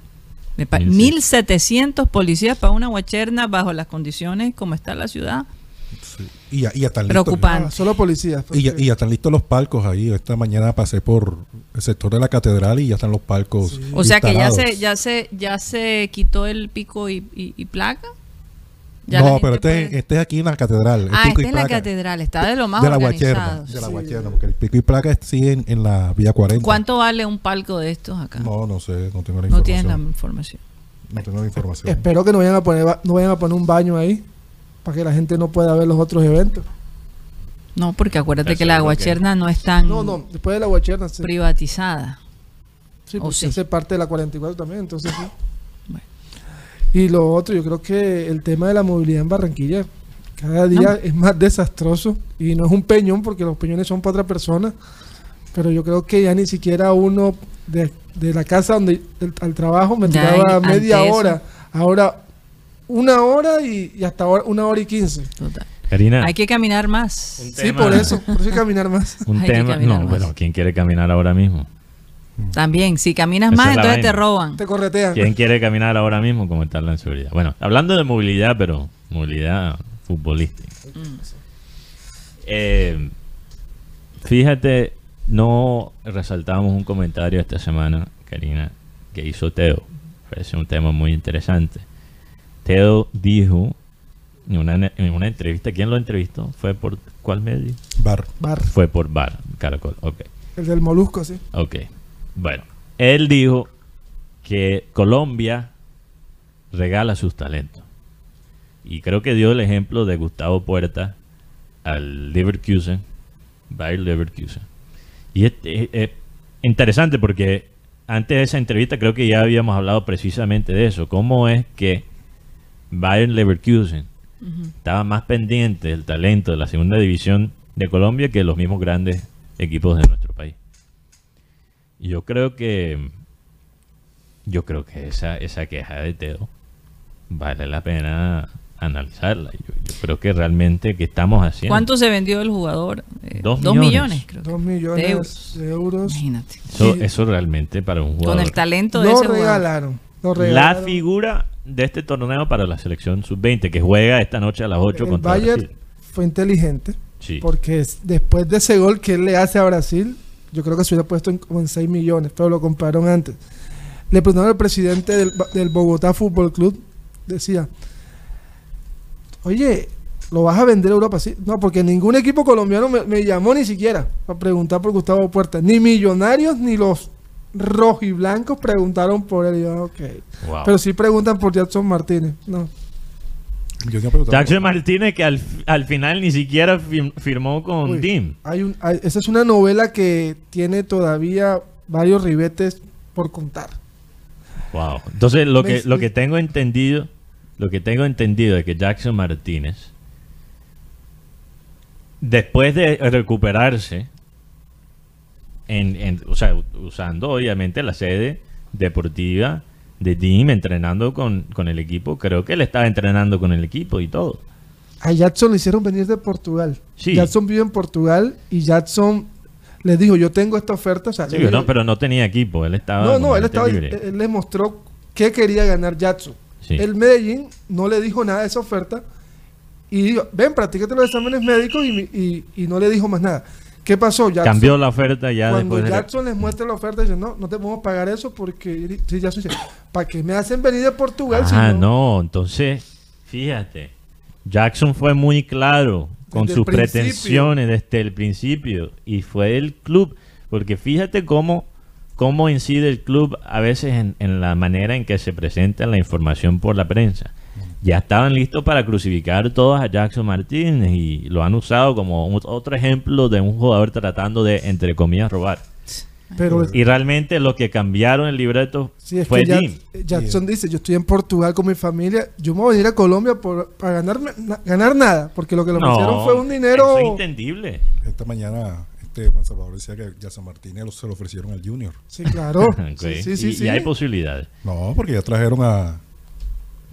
Speaker 3: Me pa- 1.700 policías para una guacherna bajo las condiciones como está la ciudad.
Speaker 5: sí. Y, ya, y ya están listos.
Speaker 3: Preocupante.
Speaker 1: Ah, solo policías.
Speaker 5: Y ya, y ya están listos los palcos ahí. Esta mañana pasé por el sector de la catedral y ya están los palcos.
Speaker 3: O sea que ya se,
Speaker 5: instalados.
Speaker 3: ya se, ya se quitó el pico y, y- y placa. Ya la
Speaker 5: No,
Speaker 3: gente
Speaker 5: pero este,
Speaker 3: puede-
Speaker 5: este es aquí en la catedral. el
Speaker 3: ah,
Speaker 5: pico
Speaker 3: este
Speaker 5: y
Speaker 3: es la
Speaker 5: placa.
Speaker 3: catedral, está de lo más
Speaker 5: de la
Speaker 3: organizado.
Speaker 5: Guacherna, de la Guacherna, porque el pico y placa es- sí en, en la vía 40.
Speaker 3: ¿Cuánto vale un palco de estos acá? No,
Speaker 5: No, no sé, no tengo la
Speaker 3: tienes la
Speaker 5: información.
Speaker 3: información.
Speaker 5: No tengo la información.
Speaker 1: Espero que no vayan a poner, ba- no vayan a poner un baño ahí para que la gente no pueda ver los otros eventos.
Speaker 3: No, porque acuérdate
Speaker 4: Pero
Speaker 3: que la
Speaker 4: seguro que-
Speaker 3: guacherna no es tan
Speaker 1: No, no, después de la guacherna. Sí,
Speaker 3: privatizada.
Speaker 1: sí,
Speaker 3: oh,
Speaker 1: porque
Speaker 3: sí.
Speaker 1: ese es parte de la 44 también, entonces sí.
Speaker 3: Bueno.
Speaker 1: Y lo otro, yo creo que el tema de la movilidad en Barranquilla cada día es más desastroso y no es un peñón porque los peñones son para otra persona, pero yo creo que ya ni siquiera uno de, de la casa donde del- al trabajo me
Speaker 3: Ya,
Speaker 1: tiraba
Speaker 3: y
Speaker 1: media
Speaker 3: ante eso.
Speaker 1: hora, ahora una hora y, y hasta ahora una hora y quince.
Speaker 3: Total.
Speaker 4: Karina,
Speaker 3: Hay que caminar más.
Speaker 1: Sí, por eso, por eso hay que caminar más.
Speaker 4: un
Speaker 3: hay que
Speaker 4: tema.
Speaker 3: caminar
Speaker 4: No,
Speaker 3: más.
Speaker 4: bueno, ¿quién quiere caminar ahora mismo?
Speaker 3: También, si caminas
Speaker 4: Esa
Speaker 3: más,
Speaker 4: es la
Speaker 3: entonces te
Speaker 4: vaina.
Speaker 3: roban.
Speaker 1: Te corretean.
Speaker 4: ¿Quién quiere caminar ahora mismo como está la inseguridad? Bueno, hablando de movilidad, pero movilidad futbolística. Eh, fíjate, no resaltamos un comentario esta semana, Karina, que hizo Teo. Parece un tema muy interesante. Teo dijo en una, en una entrevista, ¿quién lo entrevistó? ¿Fue por cuál medio?
Speaker 5: Bar.
Speaker 1: Bar,
Speaker 4: Fue por Bar, Caracol, ok.
Speaker 1: el del molusco, sí.
Speaker 4: Ok. Bueno, él dijo que Colombia regala sus talentos. Y creo que dio el ejemplo de Gustavo Puerta al Leverkusen, Bayer Leverkusen. Y es, es- es interesante porque antes de esa entrevista creo que ya habíamos hablado precisamente de eso. ¿Cómo es que Bayern Leverkusen estaba más pendiente del talento de la segunda división de Colombia que los mismos grandes equipos de nuestro país? Y Yo creo que. Yo creo que esa, esa queja de Teo vale la pena analizarla. Yo, yo creo que realmente que estamos haciendo.
Speaker 3: ¿Cuánto se vendió el jugador? Eh,
Speaker 4: Dos millones.
Speaker 3: creo. que.
Speaker 1: Dos millones
Speaker 3: De euros.
Speaker 1: de euros.
Speaker 3: Imagínate.
Speaker 4: Eso, eso realmente para un jugador.
Speaker 3: Con el talento de
Speaker 1: Lo
Speaker 3: ese jugador.
Speaker 1: regalaron. Lo
Speaker 4: la
Speaker 1: regalaron.
Speaker 4: figura de este torneo para la selección sub-20 que juega esta noche a las 8
Speaker 1: el
Speaker 4: contra
Speaker 1: Bayern
Speaker 4: Brasil.
Speaker 1: fue inteligente
Speaker 4: Sí.
Speaker 1: porque es- después de ese gol que él le hace a Brasil, yo creo que se hubiera puesto en, como en 6 millones, pero lo compraron antes. Le preguntaron al presidente del, Ba- del Bogotá Fútbol Club, decía, oye, ¿lo vas a vender a Europa? Sí, no, porque ningún equipo colombiano me, me llamó ni siquiera para preguntar por Gustavo Puerta. Ni Millonarios ni los rojiblancos preguntaron por él. Y yo, ok.
Speaker 4: Wow.
Speaker 1: Pero sí preguntan por Jackson Martínez. No,
Speaker 5: Yo quiero preguntar-
Speaker 4: Jackson Martínez que al, al final ni siquiera fir- firmó con
Speaker 1: Uy,
Speaker 4: Team.
Speaker 1: Hay un, hay- esa es una novela que tiene todavía varios ribetes por contar.
Speaker 4: Wow. Entonces lo
Speaker 1: Me-
Speaker 4: que, lo que tengo entendido, lo que tengo entendido es que Jackson Martínez, después de recuperarse, en, en- o sea, u- usando obviamente la sede deportiva de Team, entrenando con, con el equipo, creo que él estaba entrenando con el equipo y todo.
Speaker 1: A Jackson le hicieron venir de Portugal.
Speaker 4: Sí.
Speaker 1: Jackson vive en Portugal y Jackson le dijo, yo tengo esta oferta. o sea,
Speaker 4: Sí,
Speaker 1: le-
Speaker 4: no, pero no tenía equipo, él estaba.
Speaker 1: no,
Speaker 4: como
Speaker 1: no, él,
Speaker 4: agente
Speaker 1: estaba, eh,
Speaker 4: libre.
Speaker 1: él le mostró qué quería ganar Jackson.
Speaker 4: Sí.
Speaker 1: El Medellín no le dijo nada de esa oferta y dijo, ven, practícate los exámenes médicos y, mi- y- y no le dijo más nada. ¿Qué pasó? Jackson
Speaker 4: Cambió la oferta ya
Speaker 1: Cuando
Speaker 4: después de la-
Speaker 1: Jackson les muestra la oferta, dicen, no, no te podemos pagar eso porque sí, Jackson dice, ¿para qué me hacen venir de Portugal? si
Speaker 4: Ah, no, entonces, fíjate, Jackson fue muy claro con
Speaker 1: Desde el
Speaker 4: sus
Speaker 1: principio.
Speaker 4: pretensiones desde el principio y fue el club, porque fíjate cómo, cómo incide el club a veces en, en la manera en que se presenta la información por la prensa. Ya estaban listos para crucificar todos a Jackson Martínez y lo han usado como un- otro ejemplo de un jugador tratando de, entre comillas, robar.
Speaker 1: Pero
Speaker 4: Y realmente lo que cambiaron el libreto
Speaker 1: sí, es
Speaker 4: fue
Speaker 1: que Jack-
Speaker 4: Jim.
Speaker 1: Jackson dice, yo estoy en Portugal con mi familia, yo me voy a ir a Colombia por, para ganar, ganar nada, porque lo que le ofrecieron fue un
Speaker 4: eso es
Speaker 1: dinero...
Speaker 4: entendible.
Speaker 5: Esta mañana este Juan Salvador decía que Jason Martínez lo- se lo ofrecieron al Junior.
Speaker 1: Sí, claro.
Speaker 4: Ok.
Speaker 1: Sí,
Speaker 4: y,
Speaker 1: sí, sí,
Speaker 4: y
Speaker 1: sí.
Speaker 4: hay posibilidades.
Speaker 5: No, porque ya trajeron a.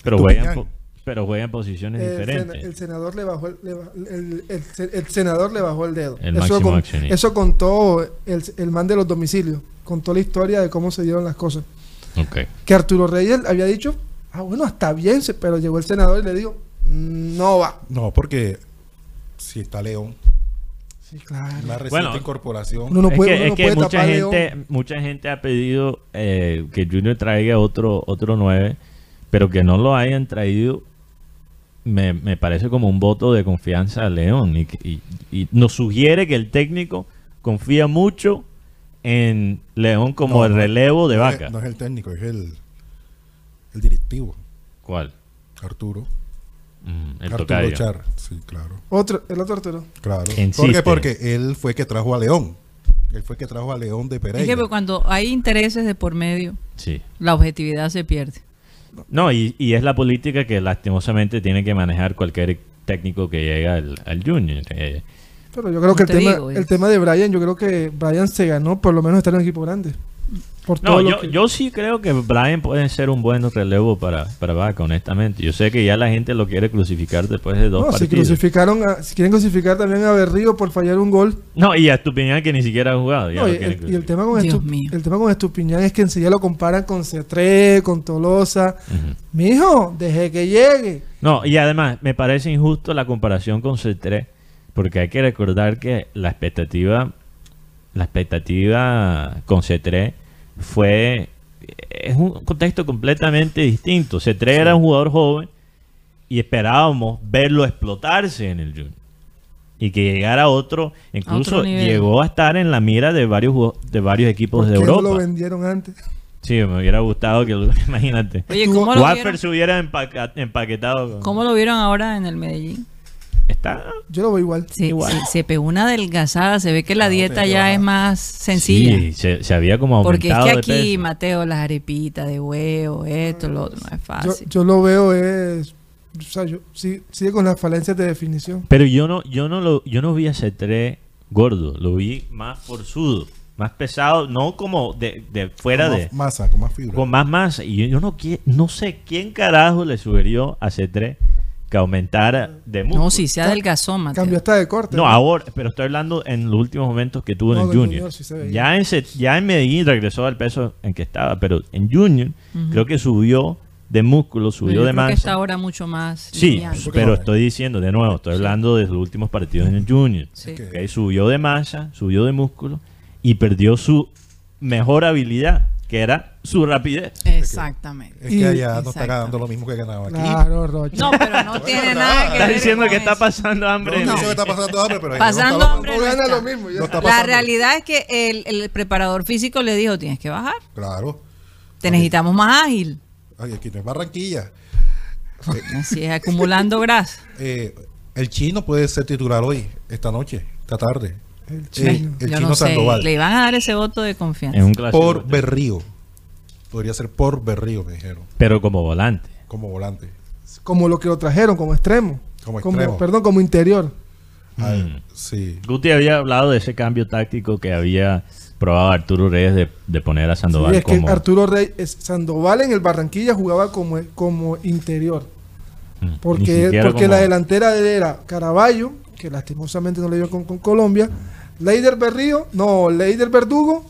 Speaker 4: Pero
Speaker 5: Estupiñán.
Speaker 4: juegan, po- pero juegan posiciones
Speaker 1: El, sena-
Speaker 4: diferentes.
Speaker 1: el senador le bajó el, le ba- el- el se- el senador le bajó el dedo.
Speaker 4: El
Speaker 1: eso,
Speaker 4: máximo accionista.
Speaker 1: eso contó el, el man de los domicilios, contó la historia de cómo se dieron las cosas.
Speaker 4: Ok.
Speaker 1: que Arturo Reyes había dicho, ah, bueno, está bien, se- pero llegó el senador y le dijo, "Mm, no va.
Speaker 5: No, porque si está León,
Speaker 1: Sí, claro.
Speaker 5: la reciente
Speaker 4: Bueno.
Speaker 5: incorporación.
Speaker 1: Uno no
Speaker 4: es
Speaker 1: puede,
Speaker 4: que,
Speaker 1: uno
Speaker 4: es
Speaker 1: no
Speaker 4: que
Speaker 1: puede
Speaker 4: mucha
Speaker 1: tapar León.
Speaker 4: gente mucha gente ha pedido eh, que Junior traiga otro otro 9, pero que no lo hayan traído me, me parece como un voto de confianza a León y, que- y- y nos sugiere que el técnico confía mucho en León como
Speaker 5: No,
Speaker 4: el
Speaker 5: no,
Speaker 4: relevo de
Speaker 5: no
Speaker 4: vaca.
Speaker 5: es- No es el técnico, es el, el directivo,
Speaker 4: ¿Cuál?
Speaker 5: Arturo.
Speaker 4: Mm, el
Speaker 5: Arturo
Speaker 4: tocayo.
Speaker 5: Char. Sí, claro.
Speaker 1: Otro, el otro Arturo.
Speaker 5: Claro. ¿Por
Speaker 4: Insiste.
Speaker 5: qué? Porque él fue que trajo a León. Él fue que trajo a León de Pereira.
Speaker 3: Es que cuando hay intereses de por medio,
Speaker 4: Sí.
Speaker 3: la objetividad se pierde.
Speaker 4: No, y, y es la política que lastimosamente tiene que manejar cualquier técnico que llega al, al Junior. eh.
Speaker 1: Pero yo creo que el
Speaker 3: Te
Speaker 1: tema,
Speaker 3: digo, es-
Speaker 1: el tema de Brian, yo creo que Brian se ganó por lo menos estar en un equipo grande. Por todo
Speaker 4: No,
Speaker 1: lo
Speaker 4: yo,
Speaker 1: que-
Speaker 4: yo sí creo que Brian puede ser un buen relevo para, para Vaca, honestamente. Yo sé que ya la gente lo quiere crucificar después de dos
Speaker 1: No, si
Speaker 4: partidos.
Speaker 1: crucificaron a- si quieren crucificar también a Berrío por fallar un gol.
Speaker 4: no, y a Estupiñán que ni siquiera ha jugado. ya
Speaker 1: No,
Speaker 4: lo
Speaker 1: y,
Speaker 4: quieren
Speaker 1: el, y el
Speaker 4: crucificar.
Speaker 1: tema con
Speaker 3: Dios
Speaker 1: Estu-
Speaker 3: mío.
Speaker 1: el tema con Estupiñán es que enseguida lo comparan con Cetré, con Tolosa.
Speaker 4: Ujú.
Speaker 1: Mijo, deje que llegue.
Speaker 4: No, y además me parece injusto la comparación con C3, porque hay que recordar que la expectativa, la expectativa con C3 fue es un contexto completamente distinto. C3 era un jugador joven y esperábamos verlo explotarse en el Junior. Y que llegara otro, incluso
Speaker 3: otro nivel.
Speaker 4: llegó a estar en la mira de varios jugo- de varios equipos
Speaker 1: ¿Por
Speaker 4: de
Speaker 1: qué
Speaker 4: Europa.
Speaker 1: no lo vendieron antes?
Speaker 4: sí, me hubiera gustado que lo- imagínate.
Speaker 3: Oye,
Speaker 1: Estuvo-
Speaker 3: ¿cómo lo,
Speaker 4: Warfer
Speaker 3: vieron,
Speaker 4: se hubiera empaca- empaquetado. con-
Speaker 3: ¿cómo lo vieron ahora en el Medellín?
Speaker 4: Está
Speaker 1: Yo lo veo igual.
Speaker 3: Se, se- se pegó una delgazada, se ve que la dieta ya es más sencilla.
Speaker 4: Sí, se, se había como
Speaker 3: Porque es
Speaker 4: aumentado
Speaker 3: que
Speaker 4: de
Speaker 3: aquí,
Speaker 4: peso.
Speaker 3: Mateo, las arepitas de huevo, esto, lo otro, no es
Speaker 1: Yo,
Speaker 3: fácil.
Speaker 1: yo lo veo es... O sea, yo, sí- sigue con las falencias de definición.
Speaker 4: Pero yo no, yo no lo, yo no vi a C3 gordo, lo vi más forzudo, más pesado, no como de, de fuera
Speaker 5: Con
Speaker 4: de
Speaker 5: más masa, con más fibra.
Speaker 4: con más masa. Y yo, yo no qui- no sé quién carajo le sugirió a C3 que aumentara de músculo.
Speaker 3: no, sí, se adelgazó,
Speaker 1: Cambió
Speaker 3: Mateo.
Speaker 1: hasta de corte.
Speaker 4: No, ahora, pero estoy hablando en los últimos momentos que tuvo
Speaker 1: No,
Speaker 4: en
Speaker 1: del
Speaker 4: el
Speaker 1: Junior
Speaker 4: Junior.
Speaker 1: sí se veía.
Speaker 4: ya, en, se- ya en Medellín regresó al peso en que estaba, pero en Junior creo que subió de músculo, subió
Speaker 3: Yo
Speaker 4: de
Speaker 3: creo que está
Speaker 4: masa.
Speaker 3: ahora mucho más
Speaker 4: Sí,
Speaker 3: liviano.
Speaker 4: pero estoy diciendo de nuevo, estoy hablando de los últimos partidos en el Junior.
Speaker 3: Sí.
Speaker 5: Ok.
Speaker 4: Ok, Subió de masa, subió de músculo y perdió su mejor habilidad, que era su rapidez.
Speaker 3: Exactamente.
Speaker 5: Es
Speaker 1: Y-
Speaker 5: que allá no está
Speaker 3: Exacto.
Speaker 5: ganando lo mismo que ganaba aquí.
Speaker 1: Claro, Rocha.
Speaker 3: No, pero no tiene nada que
Speaker 4: Estás
Speaker 3: ver
Speaker 4: diciendo
Speaker 3: con
Speaker 4: que está
Speaker 3: eso.
Speaker 4: pasando hambre. en-
Speaker 5: No, eso que está pasando hambre, pero ahí
Speaker 3: Pasando
Speaker 5: no está-
Speaker 3: hambre.
Speaker 1: No gana
Speaker 3: está.
Speaker 1: lo mismo. ya.
Speaker 5: No está
Speaker 3: La
Speaker 5: pasando.
Speaker 3: realidad es que el, el preparador físico le dijo, tienes que bajar,
Speaker 5: Claro.
Speaker 3: te necesitamos más ágil.
Speaker 5: Ay, aquí no es Barranquilla.
Speaker 3: Así es, acumulando grasa.
Speaker 5: Eh, el chino puede ser titular hoy, esta noche, esta tarde.
Speaker 1: El
Speaker 5: Sí,
Speaker 1: chino.
Speaker 5: el
Speaker 3: Yo
Speaker 5: chino
Speaker 3: no sé,
Speaker 5: Sandoval. Eh.
Speaker 3: le van a dar ese voto de confianza.
Speaker 4: en un clásico.
Speaker 5: Por Berrío. Podría ser por Berrío, me dijeron.
Speaker 4: Pero como volante.
Speaker 5: Como volante.
Speaker 1: Como lo que lo trajeron, como extremo.
Speaker 5: Como extremo.
Speaker 1: Perdón, como interior.
Speaker 4: Mm.
Speaker 5: A ver, Sí.
Speaker 4: Guti había hablado de ese cambio táctico que había probado Arturo Reyes de, de poner a Sandoval
Speaker 1: Sí, es
Speaker 4: como...
Speaker 1: que Arturo Rey es- Sandoval en el Barranquilla jugaba como, como interior.
Speaker 4: Mm, ni
Speaker 1: Porque,
Speaker 4: siquiera
Speaker 1: porque
Speaker 4: como-
Speaker 1: la delantera de él era Caraballo, que lastimosamente no le dio con, con Colombia, Leider Berrío, no, Leider Verdugo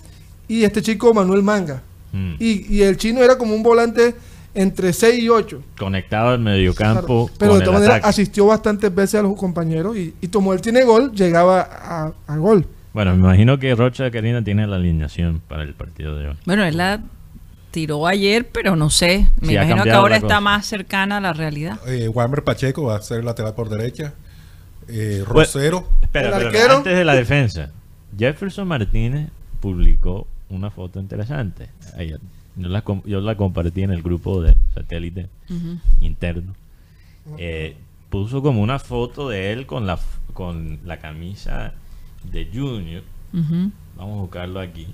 Speaker 1: y este chico Manuel Manga.
Speaker 4: Mm.
Speaker 1: Y, y el chino era como un volante entre 6 y 8.
Speaker 4: Conectado al mediocampo
Speaker 1: Pero
Speaker 4: con
Speaker 1: de
Speaker 4: el
Speaker 1: todas maneras
Speaker 4: ataque.
Speaker 1: asistió bastantes veces a los compañeros y, y como él tiene gol, llegaba a, a gol.
Speaker 4: Bueno, me imagino que Rocha Karina tiene la alineación para el partido de hoy.
Speaker 3: Bueno, él la tiró ayer, pero no sé. Me
Speaker 4: Sí, ha
Speaker 3: imagino que
Speaker 4: cambiado
Speaker 3: ahora
Speaker 4: la
Speaker 3: está
Speaker 4: cosa.
Speaker 3: más cercana a la realidad.
Speaker 5: Eh, Walmer Pacheco va a ser lateral por derecha. Eh,
Speaker 4: Pues-
Speaker 5: Rosero.
Speaker 4: Espera,
Speaker 1: ¿El
Speaker 4: pero
Speaker 1: arquero?
Speaker 4: antes de la defensa, Jefferson Martínez publicó una foto interesante. Ayer. Yo la, com- yo la compartí en el grupo de satélite interno. Eh, puso como una foto de él con la, f- con la camisa de Junior.
Speaker 3: Ujú.
Speaker 4: Vamos a buscarlo aquí.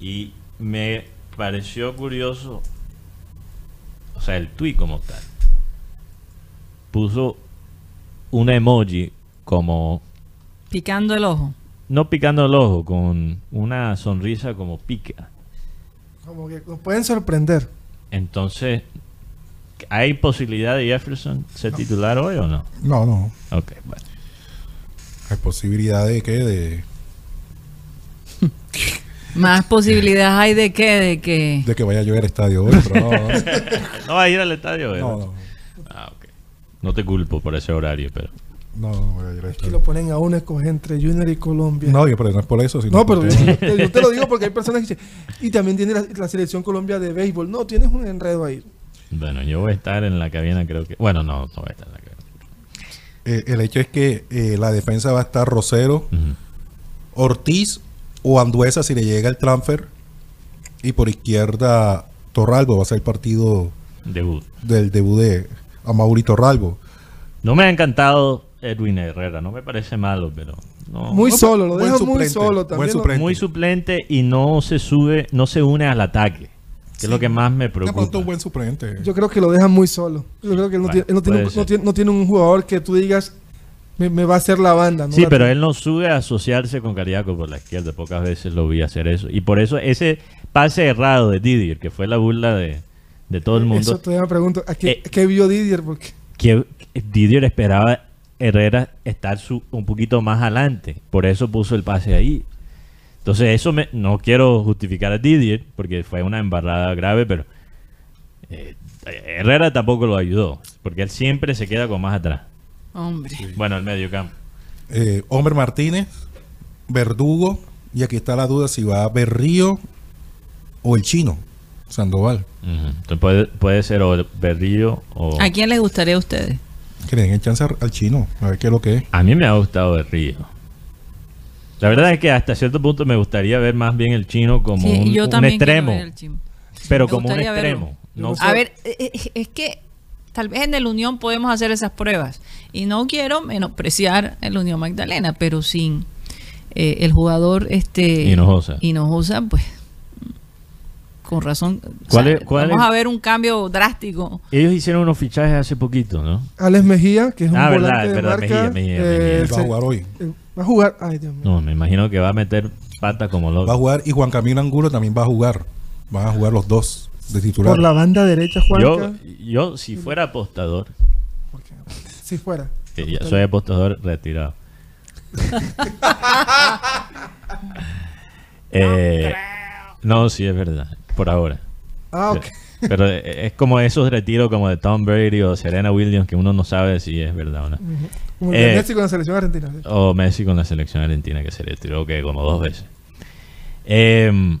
Speaker 4: Y me pareció curioso, o sea, el tweet como tal. Puso un emoji como
Speaker 3: Picando el ojo.
Speaker 4: no picando el ojo, con una sonrisa como pica.
Speaker 1: Como que nos pueden sorprender.
Speaker 4: Entonces, ¿hay posibilidad de Jefferson ser titular hoy o no?
Speaker 5: No, no.
Speaker 4: Ok, bueno.
Speaker 5: Hay posibilidad de que de,
Speaker 3: Más posibilidades hay de qué, de que...
Speaker 5: de que vaya a llover estadio hoy, pero no, no.
Speaker 4: No va a ir al estadio, ¿verdad?
Speaker 5: No, no.
Speaker 4: Ah, ok. No te culpo por ese horario, pero.
Speaker 5: No, no voy a llover
Speaker 1: Que
Speaker 5: estadio.
Speaker 1: lo ponen a uno a escoger entre Junior y Colombia.
Speaker 5: No, yo, pero no es por eso. Sino
Speaker 1: No, pero yo,
Speaker 5: porque-
Speaker 1: yo te, yo te lo digo porque hay personas que dicen, y también tiene la, la selección Colombia de béisbol. No, tienes un enredo ahí.
Speaker 4: Bueno, yo voy a estar en la cabina, creo que. Bueno, no, no voy a estar en la cabina.
Speaker 5: Eh, el hecho es que eh, la defensa va a estar Rosero,
Speaker 4: Ujú.
Speaker 5: Ortiz o Anduesa si le llega el transfer. Y por izquierda, Torralbo va a ser el partido
Speaker 4: Debut.
Speaker 5: del debut de Amaury Torralbo.
Speaker 4: No me ha encantado Edwin Herrera, no me parece malo, pero. No.
Speaker 1: Muy
Speaker 5: No,
Speaker 1: solo, lo
Speaker 5: buen
Speaker 1: deja muy
Speaker 5: suplente,
Speaker 1: solo
Speaker 5: buen
Speaker 1: también. lo-
Speaker 5: suplente.
Speaker 4: Muy suplente y no se sube, no se une al ataque, que es lo que más me
Speaker 5: De pronto
Speaker 4: preocupa.
Speaker 5: un buen suplente.
Speaker 1: yo creo que lo dejan muy solo. Yo creo que él no,
Speaker 4: Bueno,
Speaker 1: tiene, él no, tiene, un-
Speaker 4: puede
Speaker 1: no
Speaker 4: ser.
Speaker 1: tiene- no tiene un jugador que tú digas, me, me va a hacer la banda. ¿no?
Speaker 4: Sí,
Speaker 1: La-
Speaker 4: pero él no sube a asociarse con Cariaco por la izquierda. Pocas veces lo vi hacer eso. Y por eso ese pase errado de Didier, que fue la burla de, de todo el mundo.
Speaker 1: Eso todavía me pregunto. ¿a qué,
Speaker 4: Eh.
Speaker 1: qué vio Didier? Porque
Speaker 4: que Didier esperaba Herrera estar su- un poquito más adelante. Por eso puso el pase ahí. Entonces, eso me- no quiero justificar a Didier, porque fue una embarrada grave, pero eh, Herrera tampoco lo ayudó, porque él siempre se queda con más atrás.
Speaker 3: Hombre.
Speaker 4: Bueno, el medio campo.
Speaker 5: Eh, Homer Martínez, Verdugo, y aquí está la duda si va Berrío o el chino, Sandoval.
Speaker 4: Entonces, puede, puede ser o Berrío o...
Speaker 3: ¿A quién les gustaría a ustedes?
Speaker 5: Que le den el chance al al chino, a ver qué es lo que es.
Speaker 4: A mí me ha gustado Berrío. La verdad es que hasta cierto punto me gustaría ver más bien el chino como
Speaker 3: Sí,
Speaker 4: un,
Speaker 3: yo
Speaker 4: un
Speaker 3: también quiero
Speaker 4: extremo,
Speaker 3: ver el chimo.
Speaker 4: pero
Speaker 3: Me
Speaker 4: como un
Speaker 3: gustaría verlo.
Speaker 4: extremo. No,
Speaker 3: A ver, eh, eh, es que tal vez en el Unión podemos hacer esas pruebas. Y no quiero menospreciar el Unión Magdalena, pero sin eh, el jugador este
Speaker 4: Hinojosa.
Speaker 3: Hinojosa, pues con razón.
Speaker 4: ¿Cuál es- cuál
Speaker 3: vamos
Speaker 4: es?
Speaker 3: a ver un cambio drástico.
Speaker 4: Ellos hicieron unos fichajes hace poquito, ¿no?
Speaker 1: Alex Mejía, que es un
Speaker 4: Ah, verdad,
Speaker 1: volante de
Speaker 4: verdad,
Speaker 1: marca.
Speaker 4: Mejía, Mejía,
Speaker 5: Él
Speaker 4: Mejía.
Speaker 1: eh,
Speaker 4: Él
Speaker 5: va a
Speaker 1: se-
Speaker 5: jugar hoy.
Speaker 1: eh, va a jugar. Ay, Dios mío.
Speaker 4: No, me imagino que va a meter pata como
Speaker 5: Va a
Speaker 4: loco.
Speaker 5: jugar y Juan Camilo Angulo también va a jugar. Van a jugar los dos de titular.
Speaker 1: Por la banda derecha,
Speaker 4: Yo,
Speaker 1: Juanca.
Speaker 4: yo, si fuera apostador,
Speaker 1: Si fuera.
Speaker 4: que ya soy apostador retirado. Eh, no, sí, es verdad, por ahora.
Speaker 1: Ah, ok.
Speaker 4: Pero eh, es como esos retiros como de Tom Brady o Serena Williams que uno no sabe si es verdad o no.
Speaker 1: Como
Speaker 4: Eh.
Speaker 1: el Messi con la selección argentina. sí.
Speaker 4: O Messi con la selección argentina que se retiró que como dos veces. Em,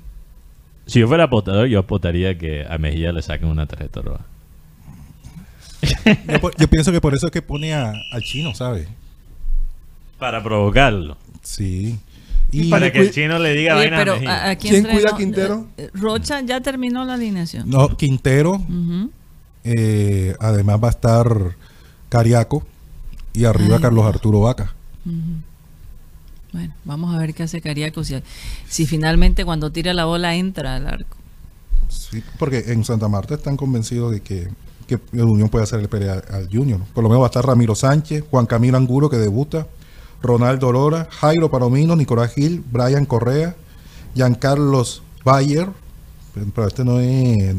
Speaker 4: si yo fuera apostador, yo apostaría que a Mejía le saquen una tarjeta roja.
Speaker 5: Yo, por- yo pienso que por eso es que pone a- al chino, ¿sabes?
Speaker 4: Para provocarlo.
Speaker 5: Sí.
Speaker 1: Y
Speaker 5: Y
Speaker 1: para-
Speaker 4: Para que el chino le diga
Speaker 3: Oye,
Speaker 4: vaina
Speaker 3: Eh, pero
Speaker 4: a Mejía.
Speaker 3: ¿a- a quién
Speaker 1: ¿Quién
Speaker 3: trae-
Speaker 1: cuida
Speaker 3: no,
Speaker 1: a Quintero?
Speaker 3: eh, Rocha ya terminó la alineación.
Speaker 5: no, Quintero,
Speaker 3: Ujú.
Speaker 5: eh, además va a estar Cariaco y arriba
Speaker 3: Ay,
Speaker 5: Carlos Arturo Vaca.
Speaker 3: Bueno, vamos a ver qué hace Cariaco si, si finalmente cuando tira la bola entra al arco.
Speaker 5: Sí, porque en Santa Marta están convencidos de que, que el Unión puede hacer el pelea al Junior. Por lo menos va a estar Ramiro Sánchez, Juan Camilo Angulo, que debuta, Ronaldo Lora, Jairo Palomino, Nicolás Gil, Brian Correa, Giancarlos Bayer, pero este no es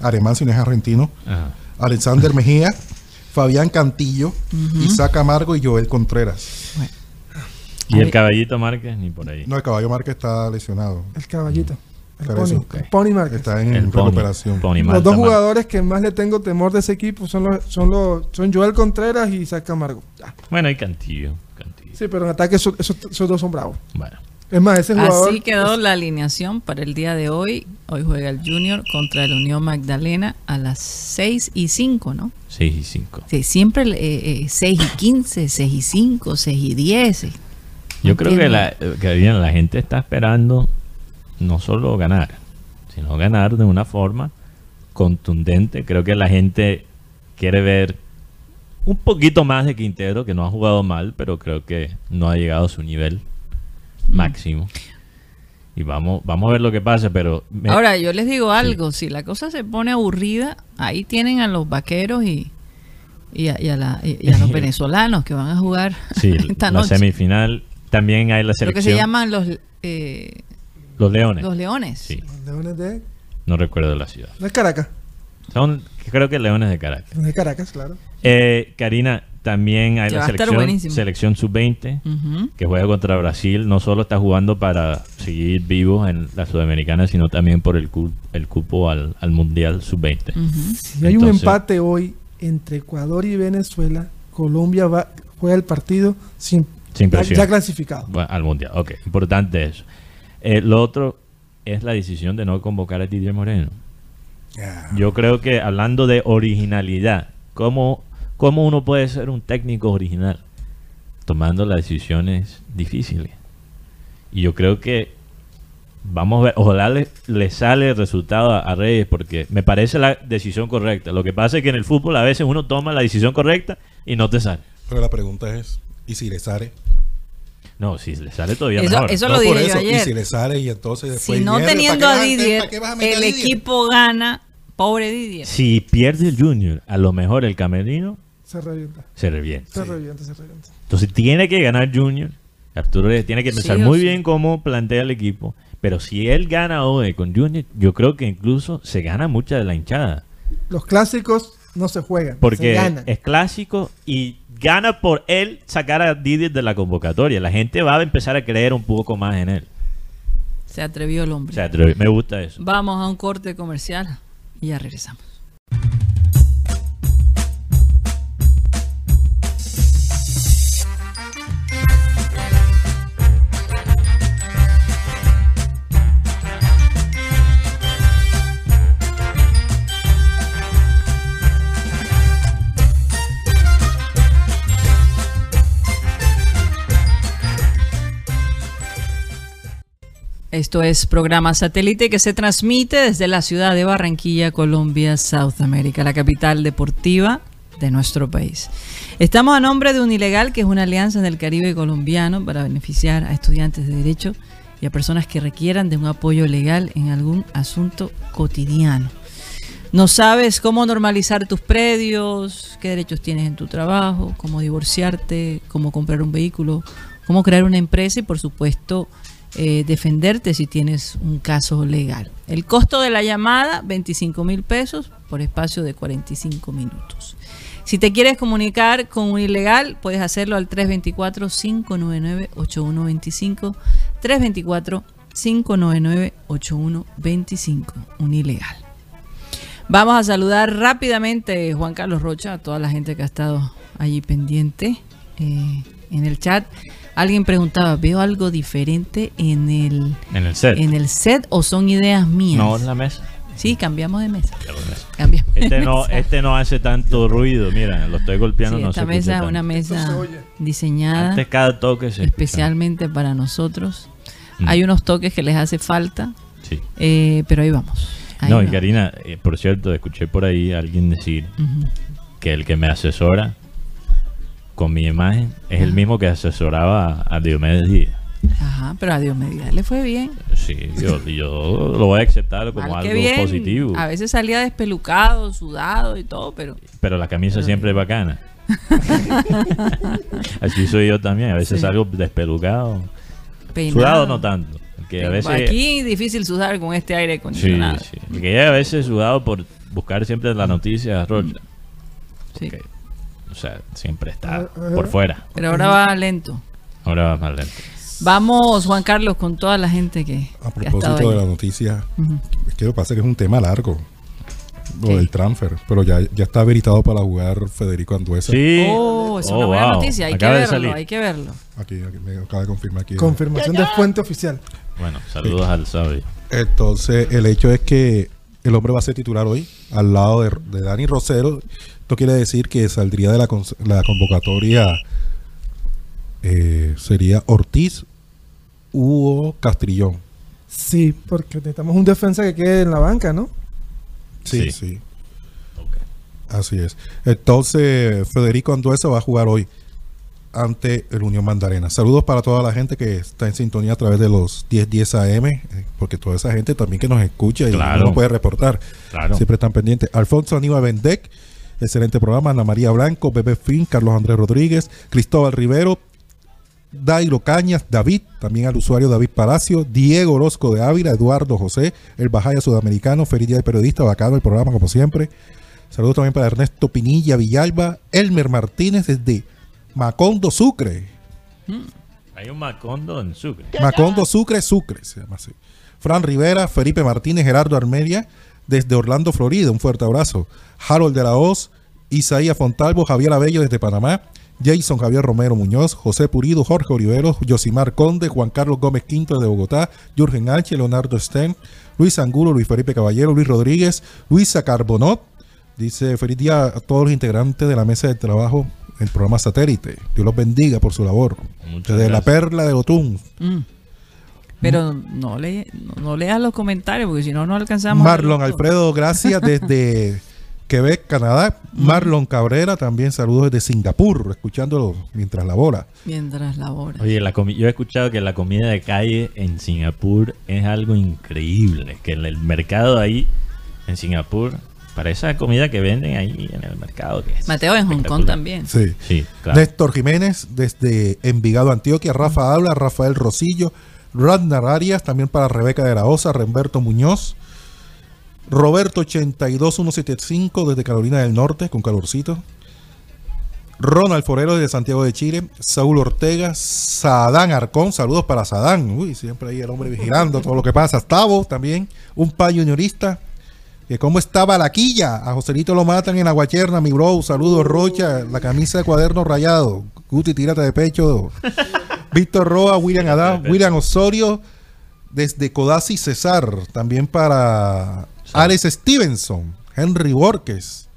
Speaker 5: alemán, sino es argentino,
Speaker 4: Ajá.
Speaker 5: Alexander Mejía, Fabián Cantillo, Isaac Amargo y Joel Contreras.
Speaker 4: Y el caballito Márquez ni por ahí.
Speaker 5: No, el caballo Marca está lesionado.
Speaker 1: El caballito. El
Speaker 5: Pero eso,
Speaker 1: Pony. El Pony Márquez.
Speaker 5: Está en
Speaker 4: el Pony,
Speaker 5: recuperación.
Speaker 4: Pony
Speaker 1: Los
Speaker 4: Malta
Speaker 1: dos
Speaker 4: Márquez.
Speaker 1: jugadores que más le tengo temor de ese equipo son los, son los, son Joel Contreras y Isaac Camargo. Ah,
Speaker 4: Bueno, y Cantillo. Cantillo.
Speaker 1: Sí, pero en ataque esos, esos- esos dos son bravos.
Speaker 4: Bueno.
Speaker 1: Es más, ese jugador.
Speaker 3: Así quedó la alineación para el día de hoy. Hoy juega el Junior contra el Unión Magdalena a las 6 y 5, ¿no?
Speaker 4: 6 y 5.
Speaker 3: Sí, siempre eh, eh, 6 y 15, 6 y 5, 6 y 10. eh.
Speaker 4: Yo creo que,
Speaker 3: Entiendo.
Speaker 4: la, que bien, la gente está esperando no solo ganar, sino ganar de una forma contundente. Creo que la gente quiere ver un poquito más de Quintero, que no ha jugado mal, pero creo que no ha llegado a su nivel
Speaker 3: Mm.
Speaker 4: máximo. Y vamos, vamos a ver lo que pasa, pero... me-
Speaker 3: Ahora, yo les digo algo, si la cosa se pone aburrida, ahí tienen a los vaqueros y, y, a, y a la- y- y a los venezolanos que van a jugar
Speaker 4: sí,
Speaker 3: esta
Speaker 4: la
Speaker 3: noche.
Speaker 4: semifinal también hay
Speaker 3: Lo
Speaker 4: la
Speaker 3: que
Speaker 4: selección.
Speaker 3: se llaman los, eh,
Speaker 4: Los Leones.
Speaker 3: los leones.
Speaker 4: Sí,
Speaker 1: Leones de.
Speaker 4: no recuerdo la ciudad.
Speaker 1: No es Caracas.
Speaker 4: Son, creo que Leones de Caracas.
Speaker 1: No es Caracas, claro.
Speaker 4: Eh, Karina, también hay
Speaker 3: Que
Speaker 4: la
Speaker 3: va a estar
Speaker 4: selección,
Speaker 3: buenísimo.
Speaker 4: selección sub-20
Speaker 3: Ujú.
Speaker 4: que juega contra Brasil. No solo está jugando para seguir vivos en la Sudamericana, sino también por el, cu- el cupo al, al Mundial sub-20.
Speaker 3: Mm.
Speaker 1: Si hay un
Speaker 4: Entonces-
Speaker 1: empate hoy entre Ecuador y Venezuela, Colombia va, juega el partido sin,
Speaker 4: Sin
Speaker 1: ya,
Speaker 4: presión.
Speaker 1: ya clasificado.
Speaker 4: Bueno, al Mundial, ok, importante eso. Eh, lo otro es la decisión de no convocar a Didier Moreno. Yo creo que hablando de originalidad, ¿cómo, ¿cómo uno puede ser un técnico original? Tomando las decisiones difíciles. Y yo creo que vamos a ver, ojalá le, le sale el resultado a, a Reyes, porque me parece la decisión correcta. Lo que pasa es que en el fútbol a veces uno toma la decisión correcta y no te sale.
Speaker 5: Pero la pregunta es, ¿y si le sale?
Speaker 4: No, si le sale todavía
Speaker 3: Eso-
Speaker 4: mejor.
Speaker 3: eso
Speaker 5: No,
Speaker 3: lo
Speaker 5: por
Speaker 3: dije yo
Speaker 5: eso.
Speaker 3: ayer.
Speaker 5: Y si le sale y entonces después
Speaker 3: Si no
Speaker 5: hierve, ¿para qué
Speaker 3: teniendo
Speaker 5: vas
Speaker 3: a
Speaker 5: a meter-
Speaker 3: Didier,
Speaker 5: para qué vas a meter
Speaker 3: el
Speaker 5: a Didier?
Speaker 3: equipo gana. Pobre Didier.
Speaker 4: Si pierde el Junior, a lo mejor el Camerino
Speaker 1: Se revienta.
Speaker 4: se revienta.
Speaker 1: Se revienta, se revienta.
Speaker 4: Entonces tiene que ganar Junior. Arturo Reyes tiene que
Speaker 3: Sí
Speaker 4: pensar
Speaker 3: o
Speaker 4: muy
Speaker 3: sí.
Speaker 4: bien cómo plantea el equipo. Pero si él gana hoy con Junior, yo creo que incluso se gana mucha de la hinchada.
Speaker 1: Los clásicos no se juegan, se
Speaker 4: Porque
Speaker 1: ganan.
Speaker 4: es clásico y gana por él sacar a Didi de la convocatoria. La gente va a empezar a creer un poco más en él.
Speaker 3: Se atrevió el hombre.
Speaker 4: O sea, atrevi- me gusta eso.
Speaker 3: Vamos a un corte comercial y ya regresamos. Esto es programa satélite que se transmite desde la ciudad de Barranquilla, Colombia, South America, la capital deportiva de nuestro país. Estamos a nombre de Unilegal, que es una alianza del Caribe colombiano para beneficiar a estudiantes de derecho y a personas que requieran de un apoyo legal en algún asunto cotidiano. No sabes cómo normalizar tus predios, qué derechos tienes en tu trabajo, cómo divorciarte, cómo comprar un vehículo, cómo crear una empresa y por supuesto eh, defenderte si tienes un caso legal. El costo de la llamada, 25 mil pesos por espacio de 45 minutos. Si te quieres comunicar con un ilegal, puedes hacerlo al 324-599-8125. 324-599-8125. Un ilegal. Vamos a saludar rápidamente Juan Carlos Rocha, a toda la gente que ha estado allí pendiente eh, en el chat. Alguien preguntaba, ¿veo algo diferente en el,
Speaker 4: En el set.
Speaker 3: en el set o son ideas mías?
Speaker 4: No en la mesa.
Speaker 3: Sí, cambiamos de mesa.
Speaker 4: Pero en la mesa.
Speaker 3: Cambiamos de
Speaker 4: Este no,
Speaker 3: mesa.
Speaker 4: este no hace tanto ruido. Mira, lo estoy golpeando.
Speaker 3: Sí,
Speaker 4: no
Speaker 3: esta
Speaker 4: se escucha
Speaker 3: mesa es
Speaker 4: tanto.
Speaker 3: una mesa
Speaker 1: Esto se oye.
Speaker 3: diseñada
Speaker 4: Antes cada toque se escuchaba.
Speaker 3: especialmente para nosotros.
Speaker 4: Mm.
Speaker 3: Hay unos toques que les hace falta,
Speaker 4: Sí.
Speaker 3: eh, pero ahí vamos. Ahí
Speaker 4: no, y
Speaker 3: vamos.
Speaker 4: Karina, eh, por cierto, escuché por ahí a alguien decir
Speaker 3: Ujú.
Speaker 4: que el que me asesora con mi imagen es el mismo que asesoraba a Diomedes Díaz.
Speaker 3: Ajá, pero a Dios me diga, le fue bien.
Speaker 4: Sí, yo, yo lo voy a aceptar como
Speaker 3: Mal que
Speaker 4: algo
Speaker 3: bien.
Speaker 4: positivo.
Speaker 3: A veces salía despelucado, sudado y todo, pero
Speaker 4: Pero la camisa siempre es bacana. Así soy yo también. A veces
Speaker 3: Sí.
Speaker 4: salgo despelucado.
Speaker 3: peinado.
Speaker 4: Sudado no tanto. Que a
Speaker 3: Pero
Speaker 4: veces,
Speaker 3: Aquí difícil sudar con este aire
Speaker 4: Sí,
Speaker 3: acondicionado.
Speaker 4: sí. Porque ya a veces he sudado por buscar siempre las noticias, Rocha.
Speaker 3: Sí.
Speaker 4: Ok. O sea, siempre está
Speaker 1: Ajá.
Speaker 4: por fuera.
Speaker 3: Pero ahora va lento.
Speaker 4: Ahora va más lento.
Speaker 3: Vamos, Juan Carlos, con toda la gente que,
Speaker 5: A
Speaker 3: que ha estado
Speaker 5: propósito de la
Speaker 3: ahí. Oh,
Speaker 5: noticia,
Speaker 3: Ujú.
Speaker 5: es que lo que pasa es que es un tema largo. Lo
Speaker 3: Sí.
Speaker 5: del transfer, pero ya, ya está habilitado para jugar Federico Anduesa.
Speaker 4: Sí.
Speaker 3: Oh, es
Speaker 4: Oh,
Speaker 3: una buena
Speaker 4: wow.
Speaker 3: noticia. Hay
Speaker 4: Acaba de
Speaker 3: que verlo,
Speaker 4: salir.
Speaker 3: hay que verlo.
Speaker 5: Aquí, aquí me acaba de confirmar aquí.
Speaker 1: Confirmación de fuente oficial.
Speaker 4: Bueno, saludos al Sabi.
Speaker 5: Entonces, el hecho es que el hombre va a ser titular hoy al lado de, de Dani Rosero. Esto quiere decir que saldría de la, cons- la convocatoria. eh, sería Ortiz, Hugo Castrillón.
Speaker 1: Sí, porque necesitamos un defensa que quede en la banca, ¿no?
Speaker 4: Sí.
Speaker 5: Sí, sí. Así es. Entonces, Federico Anduesa va a jugar hoy ante el Unión Mandarena. Saludos para toda la gente que está en sintonía a través de los 1010 AM, eh, porque toda esa gente también que nos escucha y
Speaker 4: Claro.
Speaker 5: nos puede reportar.
Speaker 4: Claro.
Speaker 5: Siempre están pendientes. Alfonso Aníbal Bendec, excelente programa. Ana María Blanco, Bebe Fin, Carlos Andrés Rodríguez, Cristóbal Rivero, Dairo Cañas, David, también al usuario David Palacio, Diego Orozco de Ávila, Eduardo José, el Bajaya Sudamericano, feliz día del periodista, bacano el programa como siempre. Saludos también para Ernesto Pinilla Villalba, Elmer Martínez desde Macondo Sucre.
Speaker 4: Hay un Macondo en Sucre.
Speaker 5: Macondo Sucre, Sucre se llama así. Fran Rivera, Felipe Martínez, Gerardo Armedia, desde Orlando, Florida, un fuerte abrazo. Harold de la Hoz, Isaías Fontalvo, Javier Abello desde Panamá, Jason Javier Romero Muñoz, José Purido, Jorge Olivero, Yosimar Conde, Juan Carlos Gómez Quinto de Bogotá, Jürgen H, Leonardo Sten, Luis Angulo, Luis Felipe Caballero, Luis Rodríguez, Luisa Carbonot. Dice, feliz día a todos los integrantes de la mesa de trabajo, el programa satélite. Dios los bendiga por su labor.
Speaker 4: Muchas
Speaker 5: desde la
Speaker 4: gracias.
Speaker 5: perla de Otún,
Speaker 3: Mm. Pero no, le, no, no leas los comentarios porque si no, no alcanzamos. a leer
Speaker 5: Marlon
Speaker 3: todo.
Speaker 5: Alfredo, gracias desde Quebec, Canadá. Marlon Cabrera, también saludos desde Singapur, escuchándolo mientras labora.
Speaker 3: Mientras labora.
Speaker 4: Oye, la comi- yo he escuchado que la comida de calle en Singapur es algo increíble. Que el, el mercado ahí, en Singapur, para esa comida que venden ahí en el mercado. que es
Speaker 3: Mateo en Hong Kong
Speaker 4: espectacular.
Speaker 3: también.
Speaker 5: Sí.
Speaker 4: Sí, claro.
Speaker 5: Néstor Jiménez, desde Envigado, Antioquia. Rafa Habla, Rafael Rosillo, Ragnar Arias, también para Rebeca de la Osa, Remberto Muñoz, Roberto 82175 desde Carolina del Norte, con calorcito. Ronald Forero desde Santiago de Chile, Saúl Ortega, Sadán Arcón, saludos para Sadán, uy, siempre ahí el hombre vigilando todo lo que pasa, Tavo también, un pa juniorista, que cómo estaba la quilla, a Joselito lo matan en Aguacherna, mi bro, saludos Rocha, la camisa de cuaderno rayado, Guti, tírate de pecho, Víctor Roa, William Adán, William Osorio, desde Codazzi César, también para Alex Stevenson, Henry Borges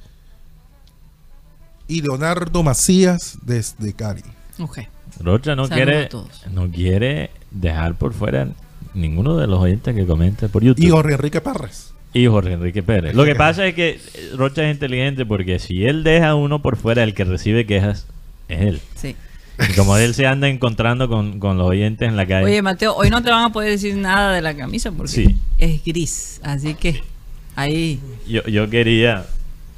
Speaker 5: y Leonardo Macías desde Cali.
Speaker 3: Ok.
Speaker 4: Rocha no
Speaker 3: Saludos a
Speaker 4: quiere,
Speaker 3: todos.
Speaker 4: no quiere dejar por fuera ninguno de los oyentes que comenta por YouTube.
Speaker 5: Y Jorge Enrique Parres.
Speaker 4: Y Jorge Enrique Pérez. Lo que pasa es que Rocha es inteligente porque si él deja uno por fuera, el que recibe quejas es él.
Speaker 3: Sí.
Speaker 4: Y como él se anda encontrando con, con los oyentes en la calle.
Speaker 3: Oye, Mateo, hoy no te van a poder decir nada de la camisa porque
Speaker 4: Sí.
Speaker 3: es gris. Así que ahí
Speaker 4: yo, yo quería.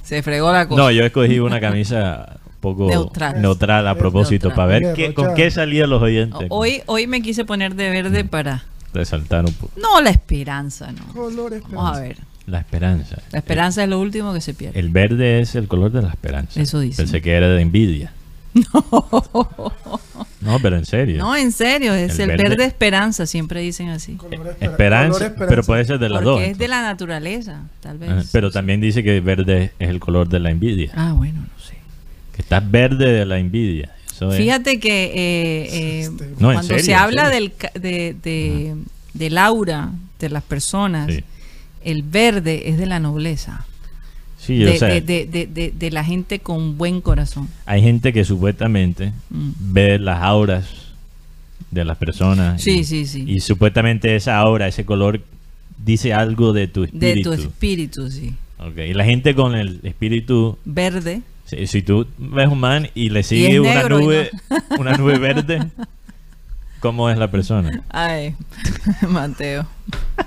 Speaker 3: se fregó la cosa.
Speaker 4: No, yo escogí una camisa un poco
Speaker 3: Neutral.
Speaker 4: neutral, a propósito
Speaker 3: Neutral.
Speaker 4: para ver
Speaker 1: Mira,
Speaker 4: qué-
Speaker 1: Rocha.
Speaker 4: con qué salían los oyentes.
Speaker 3: Hoy, hoy me quise poner de verde
Speaker 4: Mm.
Speaker 3: para.
Speaker 4: Resaltar un poco
Speaker 3: No, la esperanza, no.
Speaker 1: Colores.
Speaker 3: Vamos a ver.
Speaker 4: la esperanza.
Speaker 3: La esperanza es lo último que se pierde.
Speaker 4: El verde es el color de la esperanza.
Speaker 3: Eso dice.
Speaker 4: Pensé que era de envidia. No, pero en serio.
Speaker 3: No, en serio, es el,
Speaker 4: El
Speaker 3: verde.
Speaker 4: verde.
Speaker 3: esperanza, siempre dicen así.
Speaker 4: Eh,
Speaker 1: Color espera-
Speaker 4: esperanza,
Speaker 1: color esperanza.
Speaker 4: pero puede ser de las
Speaker 3: Porque
Speaker 4: dos.
Speaker 3: es de la naturaleza, tal vez.
Speaker 4: Ah, Pero también dice que verde es el color de la envidia.
Speaker 3: Ah, bueno, no sé.
Speaker 4: Que estás verde de la envidia. Eso es.
Speaker 3: Fíjate que eh, eh,
Speaker 4: No, en
Speaker 3: cuando
Speaker 4: serio,
Speaker 3: se
Speaker 4: en
Speaker 3: habla
Speaker 4: serio.
Speaker 3: del, ca- de, de- del aura de las personas,
Speaker 4: Sí.
Speaker 3: el verde es de la nobleza,
Speaker 4: Sí, o
Speaker 3: de,
Speaker 4: sea,
Speaker 3: de- de- de- de- de la gente con buen corazón.
Speaker 4: hay gente que supuestamente
Speaker 3: Mm.
Speaker 4: ve las auras de las personas.
Speaker 3: Sí,
Speaker 4: y,
Speaker 3: sí, sí.
Speaker 4: Y supuestamente esa aura, ese color, dice algo de tu
Speaker 3: De
Speaker 4: espíritu.
Speaker 3: tu espíritu, sí.
Speaker 4: Ok, Y la gente con el espíritu
Speaker 3: Verde.
Speaker 4: Si, si tú ves un man y le
Speaker 3: Y
Speaker 4: sigue
Speaker 3: es
Speaker 4: una
Speaker 3: negro y
Speaker 4: nube, una nube verde, ¿cómo es la persona?
Speaker 3: Ay, Mateo,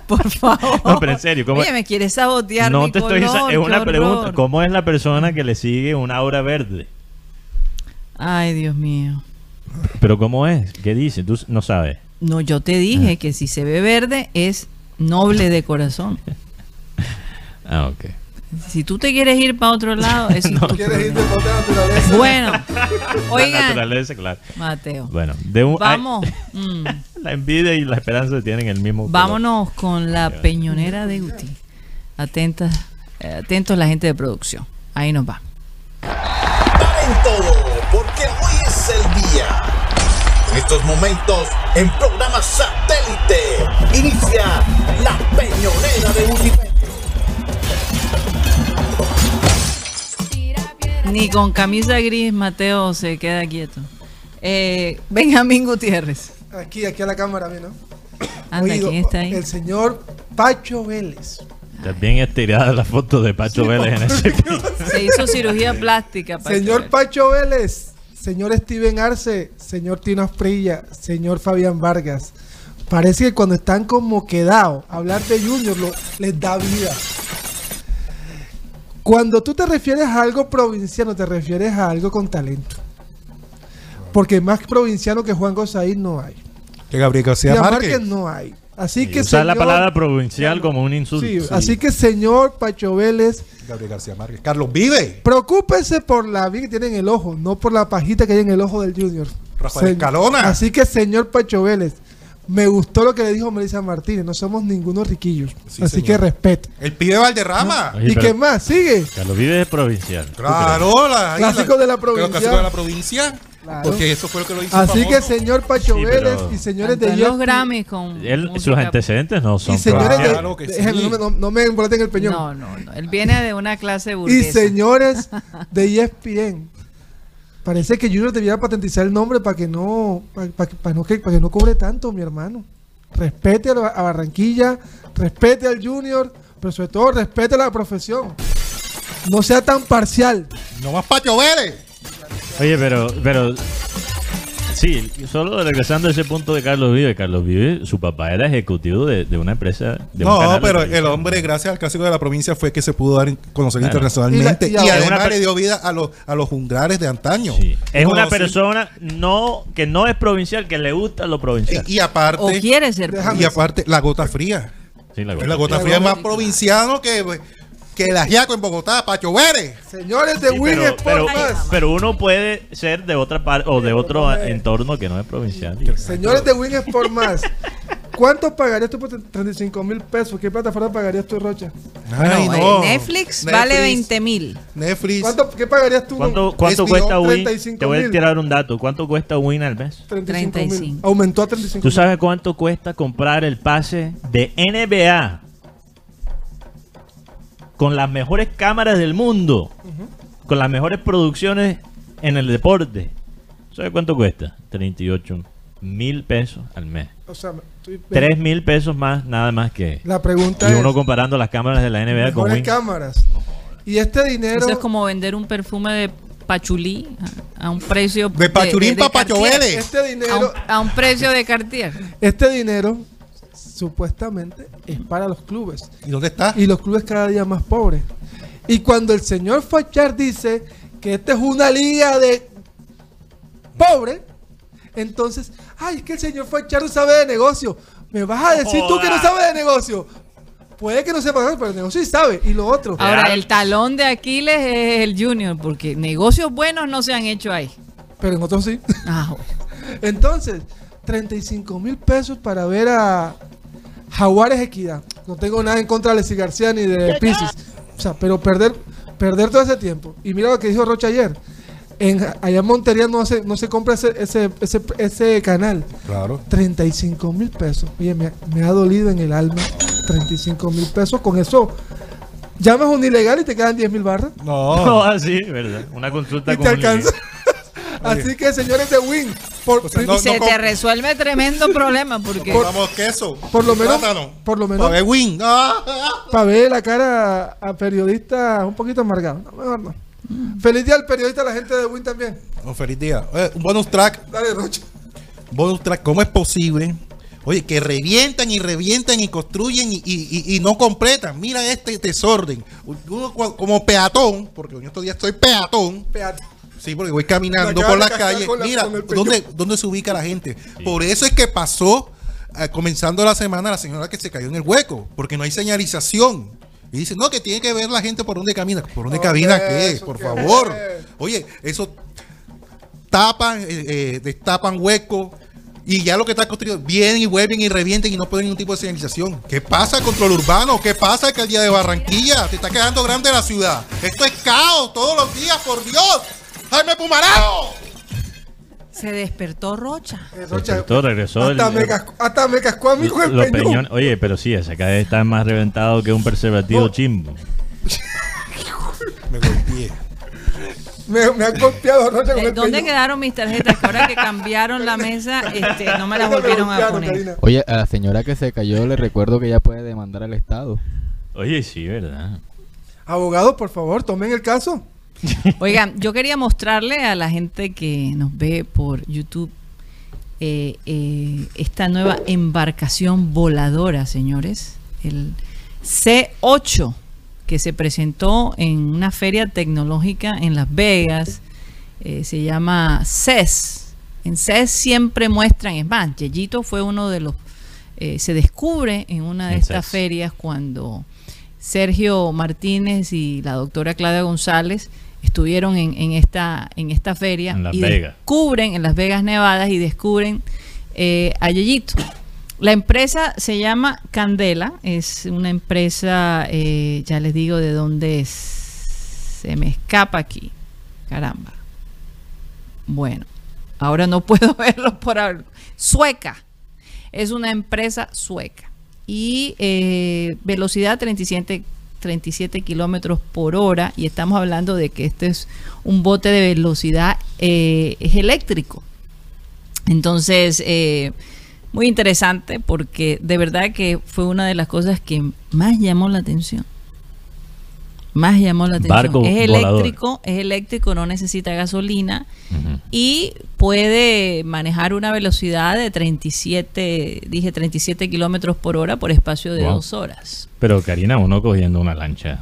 Speaker 3: por favor.
Speaker 4: No, pero en serio, ¿cómo-
Speaker 3: Oye, me quieres sabotear
Speaker 4: No
Speaker 3: mi
Speaker 4: te
Speaker 3: color,
Speaker 4: estoy diciendo- es
Speaker 3: qué
Speaker 4: una pregunta.
Speaker 3: horror.
Speaker 4: ¿Cómo es la persona que le sigue una aura verde?
Speaker 3: Ay, Dios mío.
Speaker 4: Pero cómo es, ¿qué dice? Tú no sabes.
Speaker 3: No, yo te dije que si se ve verde es noble de corazón.
Speaker 4: Ah, ok.
Speaker 3: Si tú te quieres ir para otro lado, es tu
Speaker 1: ¿Quieres irte
Speaker 3: problema.
Speaker 1: por la naturaleza?
Speaker 3: Bueno,
Speaker 4: La
Speaker 3: oigan,
Speaker 4: naturaleza, claro.
Speaker 3: Mateo,
Speaker 4: Bueno, de un, ay,
Speaker 3: vamos, mm,
Speaker 4: la envidia y la esperanza tienen el mismo. color.
Speaker 3: vámonos con la peñonera de Guti. Atentas, eh, atentos la gente de producción. Ahí nos va.
Speaker 6: Paren todo, porque hoy es el día. En estos momentos, en programa satélite, inicia la peñonera de Unicentro.
Speaker 3: Ni con camisa gris, Mateo se queda quieto. Eh, Benjamín Gutiérrez.
Speaker 1: Aquí, aquí a la cámara, mira.
Speaker 3: Anda,
Speaker 1: Oído,
Speaker 3: ¿quién está ahí?
Speaker 1: El señor Pacho Vélez.
Speaker 4: Está bien estirada la foto de Pacho Vélez en ese video.
Speaker 3: Se hizo cirugía plástica. para
Speaker 1: Señor
Speaker 3: que-
Speaker 1: Pacho Vélez, señor Steven Arce, señor Tino Asprilla, señor Fabián Vargas. Parece que cuando están como quedados, hablar de Junior lo- les da vida. Cuando tú te refieres a algo provinciano, te refieres a algo con talento. Porque más provinciano que Juan Gosaín no hay.
Speaker 5: Que Gabriel
Speaker 1: Y
Speaker 5: García
Speaker 1: a
Speaker 5: Márquez.
Speaker 1: Márquez no hay. Así que
Speaker 4: Usar la
Speaker 1: señor-
Speaker 4: palabra provincial como un insulto.
Speaker 1: Sí, así que señor Pacho Vélez,
Speaker 5: Gabriel García Márquez. Carlos Vive.
Speaker 1: Preocúpese por la vida que tiene en el ojo, no por la pajita que hay en el ojo del Junior.
Speaker 5: Rafael
Speaker 1: Se-
Speaker 5: Escalona.
Speaker 1: Así que, señor Pacho Vélez, me gustó lo que le dijo Melissa Martínez. No somos ningunos riquillos.
Speaker 5: Sí,
Speaker 1: así
Speaker 5: señor.
Speaker 1: que respeto.
Speaker 5: El pibe Valderrama.
Speaker 4: Oye,
Speaker 1: ¿Y
Speaker 4: pero-
Speaker 1: qué más? Sigue.
Speaker 4: Carlos Vives es provincial. ¿tú crees?
Speaker 5: Claro, la, ahí
Speaker 1: Clásico de la provincia.
Speaker 5: Pero clásico de la provincia.
Speaker 1: Claro.
Speaker 5: Porque eso fue lo que lo hizo.
Speaker 1: Así que,
Speaker 5: famoso.
Speaker 1: señor Pacho
Speaker 4: Sí, pero-
Speaker 1: Vélez y señores
Speaker 3: Cantó
Speaker 1: de E
Speaker 3: en los
Speaker 1: Yes-
Speaker 3: Grammys con
Speaker 4: Él- sus
Speaker 3: música-
Speaker 4: antecedentes no son
Speaker 1: y señores de.
Speaker 4: provinciales.
Speaker 5: Claro que sí.
Speaker 1: déjeme, no, me- no- no me embolaten el peñón.
Speaker 3: No, no, no. Él viene de una clase
Speaker 1: y
Speaker 3: burguesa.
Speaker 1: señores de E ESPN. Parece que Junior debiera patentizar el nombre para que no para, no, que- pa' que no cobre tanto, mi hermano. Respete a, la- a Barranquilla, respete al Junior, pero sobre todo respete la profesión. No sea tan parcial.
Speaker 5: No más Pacho Vélez.
Speaker 4: Oye, pero, pero Sí, solo regresando a ese punto de Carlos Vives. Carlos Vives, su papá era ejecutivo de, de una empresa. De un
Speaker 5: No,
Speaker 4: canal de
Speaker 5: pero el
Speaker 4: televisión.
Speaker 5: hombre, gracias al clásico de la provincia, fue que se pudo dar a conocer
Speaker 4: Claro.
Speaker 5: internacionalmente y,
Speaker 1: Y la- y ahora-
Speaker 5: además
Speaker 4: Una per-
Speaker 5: le dio vida a los, a los junglares de antaño.
Speaker 4: Sí. Es una
Speaker 5: Conocí-
Speaker 4: persona no que no es provincial, que le gusta lo provincial.
Speaker 5: Y, y aparte,
Speaker 3: O quiere ser.
Speaker 5: y aparte, la gota fría.
Speaker 4: Sí, la
Speaker 5: Es
Speaker 4: gota
Speaker 5: La gota
Speaker 4: fría.
Speaker 5: fría es más provinciano que, que el ajiaco en Bogotá, Pacho Vélez.
Speaker 1: Señores de
Speaker 4: Sí,
Speaker 1: Win
Speaker 4: pero,
Speaker 1: Sport
Speaker 4: pero,
Speaker 1: Más.
Speaker 4: pero uno puede ser de otra parte o de otro entorno que no es provincial.
Speaker 1: Señores de Win Sport Más. ¿Cuánto pagarías tú por 35 mil pesos? ¿Qué plataforma pagarías tú, Rocha?
Speaker 5: Ay,
Speaker 3: No,
Speaker 5: no.
Speaker 3: eh, Netflix, vale 20 mil.
Speaker 5: Netflix.
Speaker 1: ¿Cuánto, ¿Qué pagarías tú?
Speaker 4: ¿Cuánto, cuánto
Speaker 5: HBO,
Speaker 4: cuesta Win?
Speaker 1: 35.000.
Speaker 4: Te voy a tirar un dato. ¿Cuánto cuesta Win al mes?
Speaker 1: 35 mil.
Speaker 3: 35.
Speaker 1: Aumentó a 35
Speaker 4: ¿Tú sabes cuánto cuesta comprar el pase de NBA con las mejores cámaras del mundo, con las mejores producciones en el deporte? ¿Sabes cuánto cuesta? 38 mil pesos al mes.
Speaker 1: O sea, estoy-
Speaker 4: 3 mil pesos más, nada más que.
Speaker 1: La pregunta
Speaker 4: Y uno
Speaker 1: es,
Speaker 4: comparando las cámaras de la NBA con
Speaker 1: mejores
Speaker 4: Win.
Speaker 1: cámaras. Y este dinero...
Speaker 3: Eso es como vender un perfume de pachulí a, a un precio.
Speaker 5: De pachulín pa'
Speaker 3: Cartier.
Speaker 5: Pachovele.
Speaker 1: Este
Speaker 3: A un,
Speaker 1: dinero,
Speaker 3: a un precio de Cartier.
Speaker 1: este dinero supuestamente es para los clubes.
Speaker 5: ¿Y dónde está?
Speaker 1: Y los clubes cada día más pobres. Y cuando el señor Fachar dice que esta es una liga de pobre, entonces, ay, es que el señor Fachar no sabe de negocio. Me vas a decir tú que no
Speaker 4: Joda.
Speaker 1: sabes de negocio. Puede que no sepa, pero el negocio sí sabe. Y lo otro.
Speaker 3: Ahora, el talón de Aquiles es el Junior, porque negocios buenos no se han hecho ahí.
Speaker 1: Pero en otros sí.
Speaker 3: Ah,
Speaker 1: Entonces, 35 mil pesos para ver a Jaguares Equidad. No tengo nada en contra de Alexis García ni de Pisis. O sea, pero perder, perder todo ese tiempo. Y mira lo que dijo Rocha ayer. En, allá en Montería no se, no se compra ese, ese, ese, ese canal.
Speaker 5: Claro.
Speaker 1: 35 mil pesos. Oye, me, me ha dolido en el alma. 35 mil pesos. Con eso, llamas a un ilegal y te quedan 10 mil barras.
Speaker 4: No,
Speaker 5: No.
Speaker 4: así, Ah, ¿verdad? Una consulta
Speaker 1: Y
Speaker 4: con
Speaker 1: te
Speaker 4: un
Speaker 1: alcanza.
Speaker 4: ligue.
Speaker 1: Así que, señores de Win, por,
Speaker 5: sea,
Speaker 3: y
Speaker 5: no-
Speaker 3: se te
Speaker 5: com-
Speaker 3: resuelve tremendo problema, porque.
Speaker 5: Compramos queso.
Speaker 1: Por lo menos-
Speaker 5: plátano,
Speaker 1: por lo menos-
Speaker 5: pa' ver Win. Ah.
Speaker 1: para ver la cara a periodistas un poquito amargados. No, mejor no. Feliz día al periodista, a la gente de Win también.
Speaker 5: Oh, feliz día. Eh, un bonus track.
Speaker 1: Dale, Rocha.
Speaker 5: Bonus track. ¿Cómo es posible? Oye, que revientan y revientan y construyen y, y- y- y no completan. Mira este desorden. Uno cua- como peatón, porque yo estos días estoy peatón.
Speaker 1: Espérate. Eh,
Speaker 5: Sí, porque voy caminando
Speaker 1: Me
Speaker 5: por
Speaker 1: acaban de
Speaker 5: las
Speaker 1: cascar
Speaker 5: calles.
Speaker 1: con la-
Speaker 5: Mira,
Speaker 1: con el peñón.
Speaker 5: ¿dónde, ¿dónde se ubica la gente? Por eso es que pasó, eh, comenzando la semana, la señora que se cayó en el hueco, porque no hay señalización. Y dice, no, que tiene que ver la gente por dónde camina. ¿Por dónde
Speaker 1: Hombre,
Speaker 5: camina qué?
Speaker 1: eso
Speaker 5: Por
Speaker 1: qué
Speaker 5: favor.
Speaker 1: es.
Speaker 5: Oye, eso tapan, eh, eh, destapan hueco. Y ya lo que está construido, vienen y vuelven y revienten y no ponen ningún tipo de señalización. ¿Qué pasa, control urbano? ¿Qué pasa, alcaldía de Barranquilla? Te está quedando grande la ciudad. Esto es caos todos los días, por Dios. ¡Jaime Pumarao!
Speaker 3: Se despertó Rocha.
Speaker 1: Eh,
Speaker 4: Se despertó, regresó
Speaker 1: hasta,
Speaker 4: el-
Speaker 1: me cascó, hasta me cascó a mí con el
Speaker 4: Los
Speaker 1: peñón.
Speaker 4: peñones- Oye, pero sí, esa calle está más reventado que un preservativo
Speaker 1: No.
Speaker 4: chimbo.
Speaker 5: Me golpeé.
Speaker 1: Me, me han golpeado Rocha
Speaker 3: ¿De
Speaker 1: con el
Speaker 3: Eh, ¿Dónde
Speaker 1: peñón.
Speaker 3: quedaron mis tarjetas? Que ahora que cambiaron la mesa, este, no me las
Speaker 1: Me
Speaker 3: volvieron a
Speaker 1: golpearon,
Speaker 3: poner.
Speaker 1: Karina.
Speaker 7: Oye, a la señora que se cayó le recuerdo que ella puede demandar al Estado.
Speaker 4: Oye, sí, ¿verdad?
Speaker 1: Abogados, por favor, tomen el caso.
Speaker 3: Oigan, yo quería mostrarle a la gente que nos ve por YouTube eh, eh, esta nueva embarcación voladora, señores. El C8, que se presentó en una feria tecnológica en Las Vegas. Eh, se llama CES. En CES siempre muestran, es más, Yellito fue uno de los... eh, se descubre en una de
Speaker 4: En
Speaker 3: estas
Speaker 4: CES.
Speaker 3: ferias cuando Sergio Martínez y la doctora Claudia González estuvieron en, en esta, en esta feria
Speaker 4: En Las
Speaker 3: y
Speaker 4: Vegas.
Speaker 3: descubren en Las Vegas, Nevadas, y descubren eh, a Yeyito. La empresa se llama Candela, es una empresa, eh, ya les digo de dónde es, se me escapa aquí, caramba. Bueno, ahora no puedo verlo por algo. Sueca, es una empresa sueca y eh, velocidad 37 37 kilómetros por hora y estamos hablando de que este es un bote de velocidad eh, es eléctrico entonces eh, muy interesante porque de verdad que fue una de las cosas que más llamó la atención más llamó la atención
Speaker 4: Barco
Speaker 3: es
Speaker 4: volador.
Speaker 3: eléctrico es eléctrico no necesita gasolina
Speaker 4: Ujú.
Speaker 3: y puede manejar una velocidad de 37, dije 37 kilómetros por hora por espacio de
Speaker 4: Wow.
Speaker 3: dos horas.
Speaker 4: Pero Karina, uno cogiendo una lancha,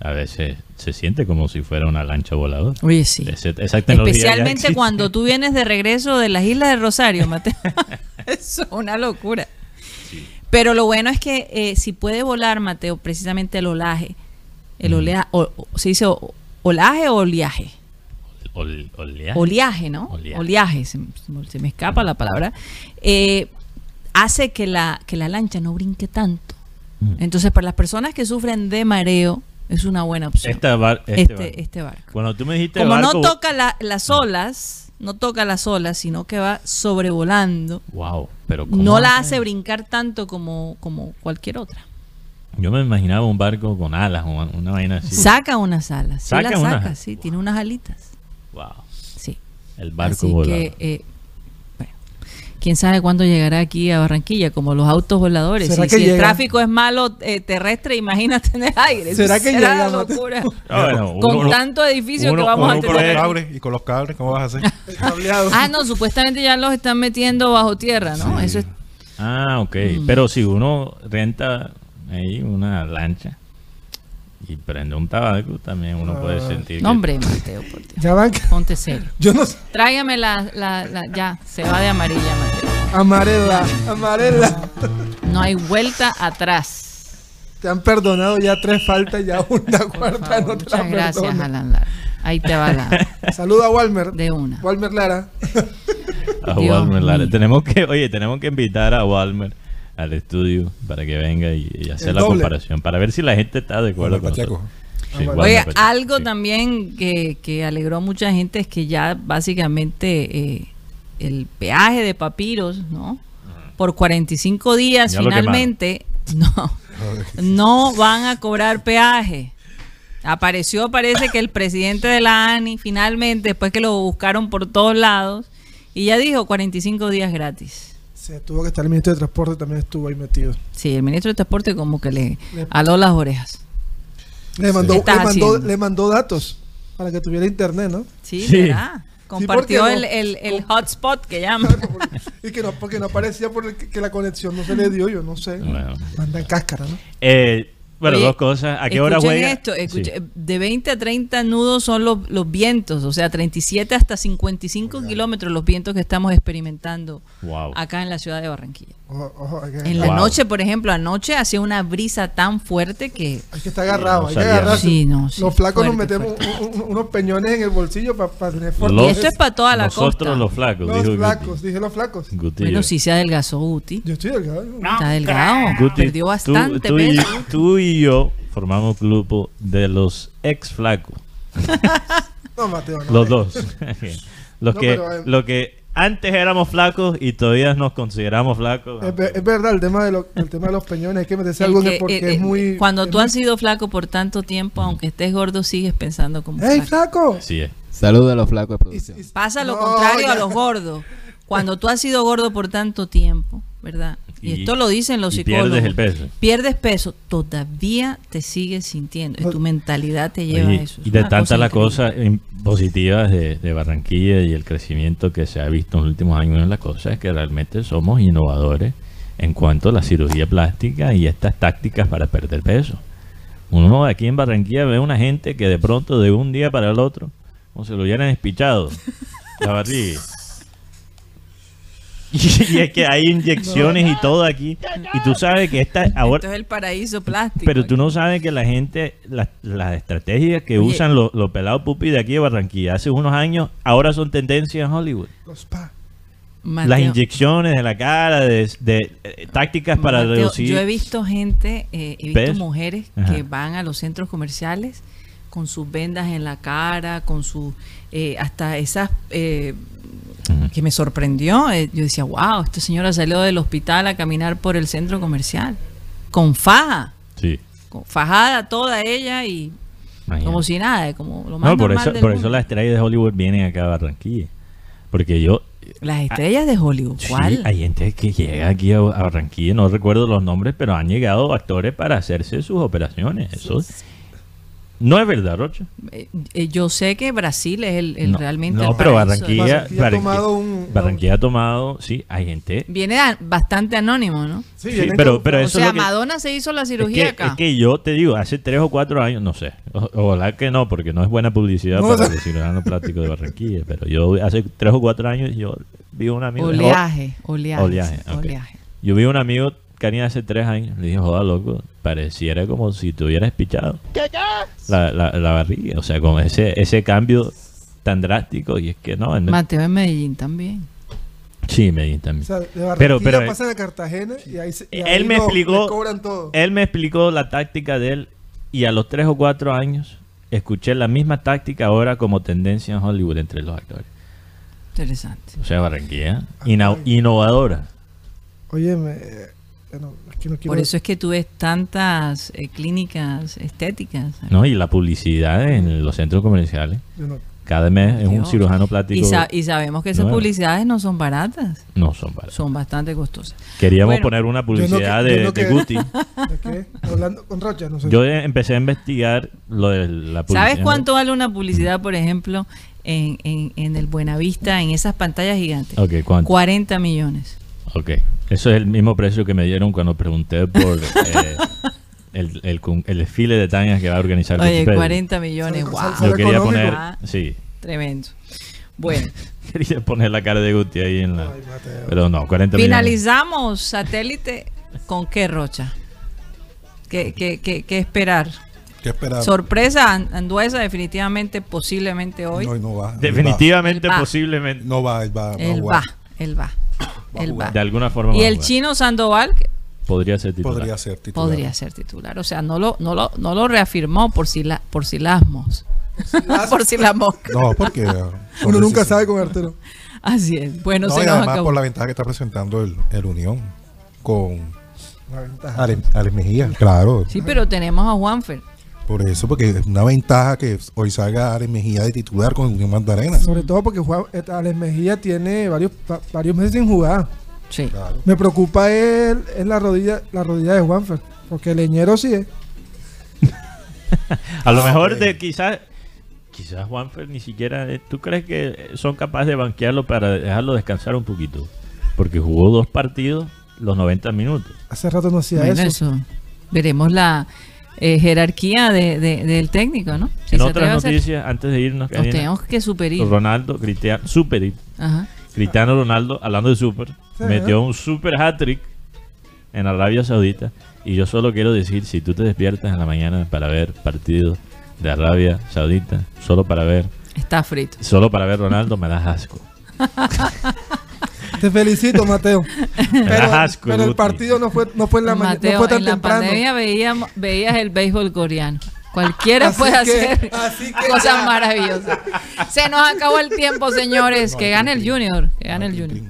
Speaker 4: a veces se siente como si fuera una lancha voladora.
Speaker 3: Oye, sí.
Speaker 4: Ese- esa tecnología ya
Speaker 3: Especialmente
Speaker 4: existe.
Speaker 3: cuando tú vienes de regreso de las Islas de Rosario, Mateo. Eso es una locura. Pero lo bueno es que eh, si puede volar, Mateo, precisamente el olaje. El
Speaker 4: Mm.
Speaker 3: olea, o- o- ¿Se dice o- olaje o oleaje?
Speaker 4: Ol- oleaje.
Speaker 3: Oleaje, ¿no?
Speaker 4: Oleaje.
Speaker 3: Oleaje, se, se me escapa la palabra. Eh, hace que la, que la lancha no brinque tanto.
Speaker 4: Mm.
Speaker 3: Entonces, para las personas que sufren de mareo, es una buena opción.
Speaker 4: Esta bar- este,
Speaker 3: este,
Speaker 4: barco.
Speaker 3: este barco.
Speaker 4: Cuando tú me dijiste
Speaker 3: Como
Speaker 4: barco, Mm.
Speaker 3: no toca la- las olas, no toca las olas, sino que va sobrevolando,
Speaker 4: Wow, pero ¿cómo
Speaker 3: no la
Speaker 4: hacen?
Speaker 3: hace brincar tanto como, como cualquier otra.
Speaker 4: Yo me imaginaba un barco con alas, una, una vaina así.
Speaker 3: Saca unas alas, sí
Speaker 4: Saca
Speaker 3: la
Speaker 4: unas
Speaker 3: saca,
Speaker 4: alas.
Speaker 3: sí, tiene unas alitas,
Speaker 4: Wow.
Speaker 3: sí.
Speaker 4: El barco
Speaker 3: Así
Speaker 4: volado.
Speaker 3: que, eh, bueno, quién sabe cuándo llegará aquí a Barranquilla, como los autos voladores.
Speaker 1: ¿Será
Speaker 3: Y
Speaker 1: que
Speaker 3: si el
Speaker 1: llega?
Speaker 3: tráfico es malo eh, terrestre, imagínate en el aire. Eso
Speaker 1: ¿Será que
Speaker 3: será
Speaker 1: llega,
Speaker 3: la
Speaker 1: Mateo?
Speaker 3: locura.
Speaker 4: Ah, bueno,
Speaker 3: Con
Speaker 4: uno-
Speaker 3: tanto edificio
Speaker 4: uno-
Speaker 3: que vamos
Speaker 4: uno
Speaker 3: a
Speaker 5: con los
Speaker 4: puede-
Speaker 3: tener.
Speaker 5: cables y con los cables, ¿cómo vas a hacer?
Speaker 1: cableado.
Speaker 3: Ah, no, supuestamente ya los están metiendo bajo tierra, ¿no? Eso es
Speaker 4: Ah, ok.
Speaker 3: Mm.
Speaker 4: Pero si uno renta ahí una lancha y prende un tabaco, también uno puede sentir.
Speaker 3: No,
Speaker 4: que-
Speaker 3: hombre, Mateo, por Dios.
Speaker 1: Ya van.
Speaker 3: Ponte serio.
Speaker 1: Yo no sé.
Speaker 3: Tráigame la, la, la- Ya, se va de amarilla, Mateo.
Speaker 1: Amarela, amarela.
Speaker 3: No hay vuelta atrás.
Speaker 1: Te han perdonado ya tres faltas, ya una
Speaker 3: Por
Speaker 1: cuarta
Speaker 3: favor,
Speaker 1: no te la
Speaker 3: muchas gracias,
Speaker 1: perdono.
Speaker 3: Alan Lara. Ahí te va la
Speaker 1: Saluda a Walmer.
Speaker 3: de una.
Speaker 1: Walmer Lara.
Speaker 4: A
Speaker 3: Dios
Speaker 4: Walmer Lara.
Speaker 3: mío.
Speaker 4: Tenemos que, oye, tenemos que invitar a Walmer al estudio para que venga y, y hacer
Speaker 1: El
Speaker 4: la
Speaker 1: doble.
Speaker 4: comparación, para ver si la gente está de acuerdo
Speaker 5: Walmer
Speaker 4: con
Speaker 5: Pacheco.
Speaker 4: nosotros. Sí,
Speaker 1: Walmer
Speaker 3: Oye,
Speaker 4: Walmer Pacheco,
Speaker 3: algo
Speaker 4: sí.
Speaker 3: también que, que alegró a mucha gente es que ya básicamente eh, el peaje de papiros, ¿no? Por 45 días
Speaker 4: Ya lo
Speaker 3: finalmente no, no van a cobrar peaje. Apareció, parece que el presidente de la ANI finalmente, después que lo buscaron por todos lados, y ya dijo 45 días gratis.
Speaker 1: Se tuvo que estar el ministro de Transporte, también estuvo ahí metido.
Speaker 3: Sí, el ministro de Transporte como que le aló las orejas.
Speaker 1: Le mandó,
Speaker 3: ¿Qué estás
Speaker 1: le, mandó,
Speaker 3: haciendo?
Speaker 1: le mandó datos para que tuviera internet, ¿no?
Speaker 3: Sí,
Speaker 4: Sí.
Speaker 3: ¿verdad? Compartió
Speaker 1: no-
Speaker 3: el, el- el hotspot que llama.
Speaker 1: Y que no, porque no aparecía por el que, que la conexión no se le dio, yo no sé.
Speaker 4: Bueno.
Speaker 1: Mandan cáscara, ¿no?
Speaker 4: Eh, bueno,
Speaker 3: Oye,
Speaker 4: dos cosas. ¿A qué hora
Speaker 3: escuchen
Speaker 4: juega?
Speaker 3: esto, escuchen,
Speaker 4: Sí.
Speaker 3: De 20 a 30 nudos son los, los vientos, o sea, 37 hasta 55 kilómetros los vientos que estamos experimentando
Speaker 4: Wow.
Speaker 3: acá en la ciudad de Barranquilla.
Speaker 1: Ojo, ojo, hay, que,
Speaker 3: En la
Speaker 4: Wow.
Speaker 3: noche, por ejemplo, anoche hacía una brisa tan fuerte que...
Speaker 1: hay que estar agarrado,
Speaker 4: No
Speaker 1: hay que
Speaker 4: sabía.
Speaker 1: agarrarse.
Speaker 3: Sí, no, sí,
Speaker 1: los flacos nos
Speaker 3: fuerte,
Speaker 1: metemos un- un- unos peñones en el bolsillo para tener fuerza.
Speaker 4: Los-
Speaker 3: y esto es para toda la
Speaker 4: Nosotros
Speaker 3: costa.
Speaker 4: los flacos,
Speaker 1: Los
Speaker 4: dijo
Speaker 1: flacos,
Speaker 4: Guti.
Speaker 1: dije los flacos.
Speaker 4: Guti eh.
Speaker 3: Bueno,
Speaker 4: yo.
Speaker 3: sí se adelgazó Guti.
Speaker 1: Yo estoy delgado. yo-
Speaker 3: Está delgado.
Speaker 4: Guti,
Speaker 3: Perdió
Speaker 4: tú-
Speaker 3: bastante
Speaker 4: tú, y,
Speaker 3: peso.
Speaker 4: tú y yo formamos grupo de los ex flacos.
Speaker 1: No, Mateo, no.
Speaker 4: Los dos. los,
Speaker 1: No,
Speaker 4: que,
Speaker 1: pero, eh,
Speaker 4: los que antes éramos flacos y todavía nos consideramos flacos.
Speaker 1: Es, ver- es verdad, el tema, de lo- el tema de los peñones, hay que meterse
Speaker 3: El
Speaker 1: algo en
Speaker 3: que,
Speaker 1: el- porque
Speaker 3: eh, eh,
Speaker 1: es muy...
Speaker 3: cuando
Speaker 1: es
Speaker 3: tú
Speaker 1: muy-
Speaker 3: has sido flaco por tanto tiempo,
Speaker 4: Mm.
Speaker 3: aunque estés gordo, sigues pensando como
Speaker 1: ¡Ey,
Speaker 3: flaco.
Speaker 1: flaco!
Speaker 4: Así es.
Speaker 7: Saludos a los flacos de
Speaker 1: Y-
Speaker 7: producción.
Speaker 1: y-
Speaker 3: Pasa lo
Speaker 1: No,
Speaker 3: contrario a
Speaker 1: ya.
Speaker 3: los gordos. Cuando tú has sido gordo por tanto tiempo, ¿verdad? Y,
Speaker 4: Y-
Speaker 3: esto lo dicen los
Speaker 4: y
Speaker 3: psicólogos.
Speaker 4: pierdes el peso.
Speaker 3: Pierdes peso, todavía te sigues sintiendo. Y tu mentalidad te lleva
Speaker 4: Pues, Oye,
Speaker 3: a eso. Es
Speaker 4: y de
Speaker 3: una
Speaker 4: tantas las
Speaker 3: increíble.
Speaker 4: cosas em, positivas de, de Barranquilla y el crecimiento que se ha visto en los últimos años en las cosas es que realmente somos innovadores en cuanto a la cirugía plástica y estas tácticas para perder peso. Uno aquí en Barranquilla ve una gente que de pronto de un día para el otro, como si lo hubieran espichado, la barriga. Y, es que hay inyecciones y todo aquí. Y tú sabes que esta ahora
Speaker 3: Esto es el paraíso plástico.
Speaker 4: pero tú no sabes que la gente, las las estrategias que
Speaker 3: Oye.
Speaker 4: usan los, los pelados pupi de aquí de Barranquilla hace unos años, ahora son tendencias en Hollywood.
Speaker 1: Los pa.
Speaker 3: Mateo,
Speaker 4: Las inyecciones de la cara, de, de, eh, tácticas para
Speaker 3: Mateo,
Speaker 4: reducir.
Speaker 3: Yo he visto gente, eh, he visto
Speaker 4: ¿Ves?
Speaker 3: mujeres
Speaker 4: Ajá.
Speaker 3: que van a los centros comerciales con sus vendas en la cara, con su. eh, hasta esas. eh,
Speaker 4: Ujú.
Speaker 3: que me sorprendió. eh, Yo decía, wow, esta señora salió del hospital a caminar por el centro comercial. Con faja.
Speaker 4: Sí.
Speaker 3: con- fajada toda ella y
Speaker 4: imagínate.
Speaker 3: como si nada, eh, como lo más
Speaker 4: No, por
Speaker 3: normal
Speaker 4: eso,
Speaker 3: del
Speaker 4: por eso
Speaker 3: mundo.
Speaker 4: las estrellas de Hollywood vienen acá a Barranquilla. Porque yo.
Speaker 3: Las estrellas de Hollywood.
Speaker 4: sí,
Speaker 3: ¿Cuál?
Speaker 4: hay gente que llega aquí a, a Barranquilla, no recuerdo los nombres, pero han llegado actores para hacerse sus operaciones. Eso No es verdad, Rocha.
Speaker 3: Eh, eh, yo sé que Brasil es el, el
Speaker 4: no,
Speaker 3: realmente.
Speaker 4: No,
Speaker 3: el
Speaker 4: pero
Speaker 3: paraíso de-
Speaker 4: Barranquilla,
Speaker 1: Barranquilla ha tomado un-
Speaker 4: Barranquilla ha tomado, sí, hay gente.
Speaker 3: Viene a- bastante anónimo, ¿no?
Speaker 1: Sí,
Speaker 4: Sí,
Speaker 1: vienen
Speaker 4: pero,
Speaker 1: con-
Speaker 4: pero
Speaker 3: O
Speaker 4: eso
Speaker 3: sea,
Speaker 4: es lo que-
Speaker 3: Madonna se hizo la
Speaker 4: es
Speaker 3: cirugía
Speaker 4: que,
Speaker 3: acá.
Speaker 4: es que yo te digo, hace tres o cuatro años, no sé. o- Ojalá que no, porque no es buena publicidad
Speaker 1: No,
Speaker 4: para
Speaker 1: no.
Speaker 4: el cirujano plástico de Barranquilla. Pero yo hace tres o cuatro años yo vi a un amigo.
Speaker 3: oleaje, oleaje.
Speaker 4: Oleaje, ok.
Speaker 3: oleaje.
Speaker 4: Yo vi a un amigo, Karina, hace tres años. Le dije, joda, loco, pareciera como si tuvieras pichado la, la, la barriga. O sea, con ese, ese cambio tan drástico. Y es que no, en-
Speaker 3: Mateo en Medellín también.
Speaker 4: sí, Medellín
Speaker 1: O
Speaker 4: también.
Speaker 1: sea, de
Speaker 4: Pero- eh,
Speaker 1: pero,
Speaker 4: pero-
Speaker 1: pasan a Cartagena y ahí, se, y
Speaker 4: Él
Speaker 1: ahí
Speaker 4: me
Speaker 1: lo-
Speaker 4: explicó- Eh,
Speaker 1: le cobran todo.
Speaker 4: Él me explicó la táctica de él y a los tres o cuatro años escuché la misma táctica ahora como tendencia en Hollywood entre los actores.
Speaker 3: Interesante.
Speaker 4: O sea, Barranquilla, ina- innovadora.
Speaker 1: Oye, me, eh, bueno, es que no quiero-
Speaker 3: Por eso es que tú ves tantas eh, clínicas estéticas.
Speaker 4: ¿no? Y la publicidad en los centros comerciales.
Speaker 1: yo no-
Speaker 4: Cada mes es un
Speaker 3: Dios.
Speaker 4: cirujano
Speaker 3: Y,
Speaker 4: plástico.
Speaker 3: sa- y sabemos que esas
Speaker 4: nuevo.
Speaker 3: publicidades no son baratas,
Speaker 4: No son baratos.
Speaker 3: son bastante costosas.
Speaker 4: Queríamos
Speaker 3: Bueno,
Speaker 4: poner una
Speaker 1: que-
Speaker 4: publicidad
Speaker 1: yo
Speaker 4: de,
Speaker 1: no
Speaker 4: de
Speaker 1: que-
Speaker 4: Gucci.
Speaker 1: ¿de qué? Hablando con Rocha, no sé.
Speaker 4: Yo eh, empecé a investigar lo de la publicidad.
Speaker 3: ¿Sabes cuánto vale una publicidad, por ejemplo, en, en, en el Buenavista, en esas pantallas gigantes?
Speaker 4: Ok, ¿cuánto?
Speaker 3: 40 millones.
Speaker 4: Ok. Eso es el mismo precio que me dieron cuando pregunté por eh, el, el, con- el desfile de tangas que va a organizar
Speaker 3: Oye,
Speaker 4: Wikipedia.
Speaker 3: 40 millones, wow.
Speaker 1: Sale-
Speaker 4: Yo quería
Speaker 1: económico.
Speaker 4: poner,
Speaker 3: Ah.
Speaker 4: sí,
Speaker 3: Tremendo. Bueno,
Speaker 4: quería poner la cara de Guti ahí en la...
Speaker 1: Ay, eh, Mateo.
Speaker 4: Pero no, 40 millones.
Speaker 3: finalizamos satélite con qué rocha. ¿Qué,
Speaker 5: Ah.
Speaker 3: qué, qué- qué esperar?
Speaker 5: ¿Qué esperaba?
Speaker 3: Sorpresa, An- Anduesa definitivamente, posiblemente hoy.
Speaker 5: No, no va. él va.
Speaker 4: Definitivamente,
Speaker 3: Él va.
Speaker 4: posiblemente.
Speaker 5: No va, él va. va a
Speaker 3: él
Speaker 5: jugar.
Speaker 3: va, él va,
Speaker 5: Va a
Speaker 3: él va.
Speaker 5: jugar.
Speaker 4: De alguna forma.
Speaker 3: Y
Speaker 4: va a
Speaker 3: el
Speaker 4: jugar.
Speaker 3: chino Sandoval que
Speaker 4: Podría ser titular.
Speaker 5: Podría ser titular.
Speaker 3: podría ser titular. O sea, no lo, no lo, no lo reafirmó por si, la, por si las mos. por si las moscas.
Speaker 5: No, porque.
Speaker 1: Uno nunca sabe con Artero.
Speaker 4: Ah.
Speaker 3: Así es. Bueno,
Speaker 5: No,
Speaker 3: se
Speaker 5: y
Speaker 3: nos
Speaker 5: además
Speaker 3: acabó.
Speaker 5: por la ventaja que está presentando el, el Unión con
Speaker 1: Una ventaja.
Speaker 5: Alex, Alex Mejía. Claro.
Speaker 3: Sí, pero tenemos a Juanfer.
Speaker 5: Por eso, porque es una ventaja que hoy salga Alex Mejía de titular con Unión Magdalena.
Speaker 1: Sobre todo porque Juan- eh, Alex Mejía tiene varios, va- varios meses sin jugar.
Speaker 3: Sí.
Speaker 5: Claro.
Speaker 1: Me preocupa él, es la rodilla, la rodilla de Juanfer. Porque Leñero sí eh, es.
Speaker 4: A lo mejor
Speaker 5: Ah, ok.
Speaker 4: de quizás quizás Juanfer ni siquiera eh, tú crees que eh, son capaces de banquearlo para dejarlo descansar un poquito, porque jugó dos partidos los 90 minutos.
Speaker 1: Hace rato no hacía
Speaker 3: Bueno,
Speaker 1: eso.
Speaker 3: eso. Veremos la eh, jerarquía de- de- del técnico, ¿no? Si se
Speaker 4: en otras
Speaker 3: atreve a hacer-
Speaker 4: noticias antes de
Speaker 3: Nos
Speaker 4: irnos Karina,
Speaker 3: tenemos que superar.
Speaker 4: Ronaldo Cristiano super
Speaker 3: Ajá.
Speaker 4: Cristiano Ronaldo hablando de super metió un super hat-trick en Arabia Saudita y yo solo quiero decir si tú te despiertas en la mañana para ver partidos de Arabia Saudita, solo para ver
Speaker 3: Está frito.
Speaker 4: solo para ver Ronaldo me das asco.
Speaker 1: Te felicito, Mateo.
Speaker 4: Me das
Speaker 1: Pero,
Speaker 4: asco,
Speaker 1: pero el
Speaker 4: Guti.
Speaker 1: partido no fue, no fue en la mañana,
Speaker 3: Mateo,
Speaker 1: no fue tan
Speaker 3: en la
Speaker 1: temprano.
Speaker 3: pandemia veíamos, veías el béisbol coreano. Cualquiera
Speaker 1: Así
Speaker 3: puede
Speaker 1: que-
Speaker 3: hacer
Speaker 1: así que-
Speaker 3: cosas maravillosas. Se nos acabó el tiempo, señores. que gane el Junior. Que gane el Junior.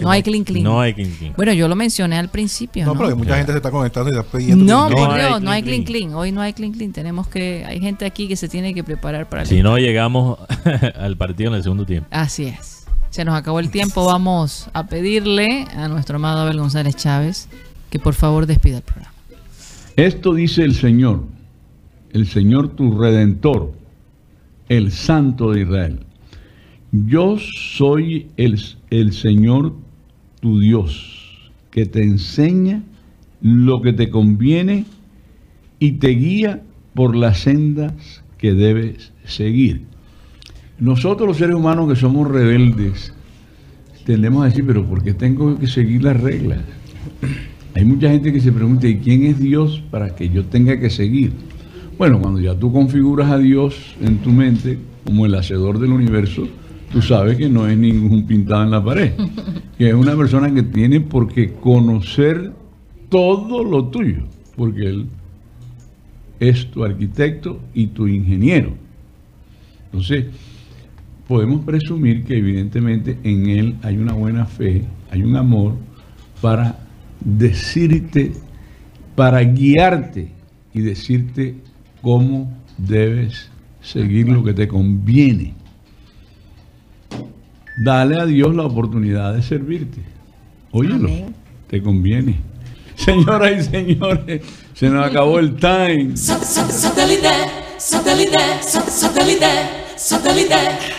Speaker 3: No hay clean clean.
Speaker 4: No hay quien quien.
Speaker 3: Bueno, yo lo mencioné al principio. No,
Speaker 5: No, pero mucha gente se está conectando y está pidiendo.
Speaker 3: No,
Speaker 5: que-
Speaker 4: No
Speaker 3: por
Speaker 4: hay
Speaker 3: Dios,
Speaker 4: clean,
Speaker 3: no hay
Speaker 4: clean.
Speaker 3: clean clean. Hoy no hay clean clean. Tenemos que. Hay gente aquí que se tiene que preparar para el
Speaker 4: Si no llegamos al partido en el segundo tiempo.
Speaker 3: Así es. Se nos acabó el tiempo. Vamos a pedirle a nuestro amado Abel González Chávez que por favor despida el programa.
Speaker 8: Esto dice el Señor, el Señor tu redentor, el Santo de Israel. Yo soy el, el Señor tu Dios, que te enseña lo que te conviene y te guía por las sendas que debes seguir. Nosotros los seres humanos que somos rebeldes, tendemos a decir, pero ¿por qué tengo que seguir las reglas? Hay mucha gente que se pregunta, ¿y quién es Dios para que yo tenga que seguir? Bueno, cuando ya tú configuras a Dios en tu mente como el hacedor del universo, tú sabes que no es ningún pintado en la pared, que es una persona que tiene por qué conocer todo lo tuyo, porque Él es tu arquitecto y tu ingeniero. Entonces, podemos presumir que evidentemente en él hay una buena fe, hay un amor para decirte, para guiarte y decirte cómo debes seguir lo que te conviene. Dale a Dios la oportunidad de servirte. Óyelo, te conviene. Señoras y señores, se nos acabó el time.
Speaker 9: Satellite, satellite, satellite, satellite.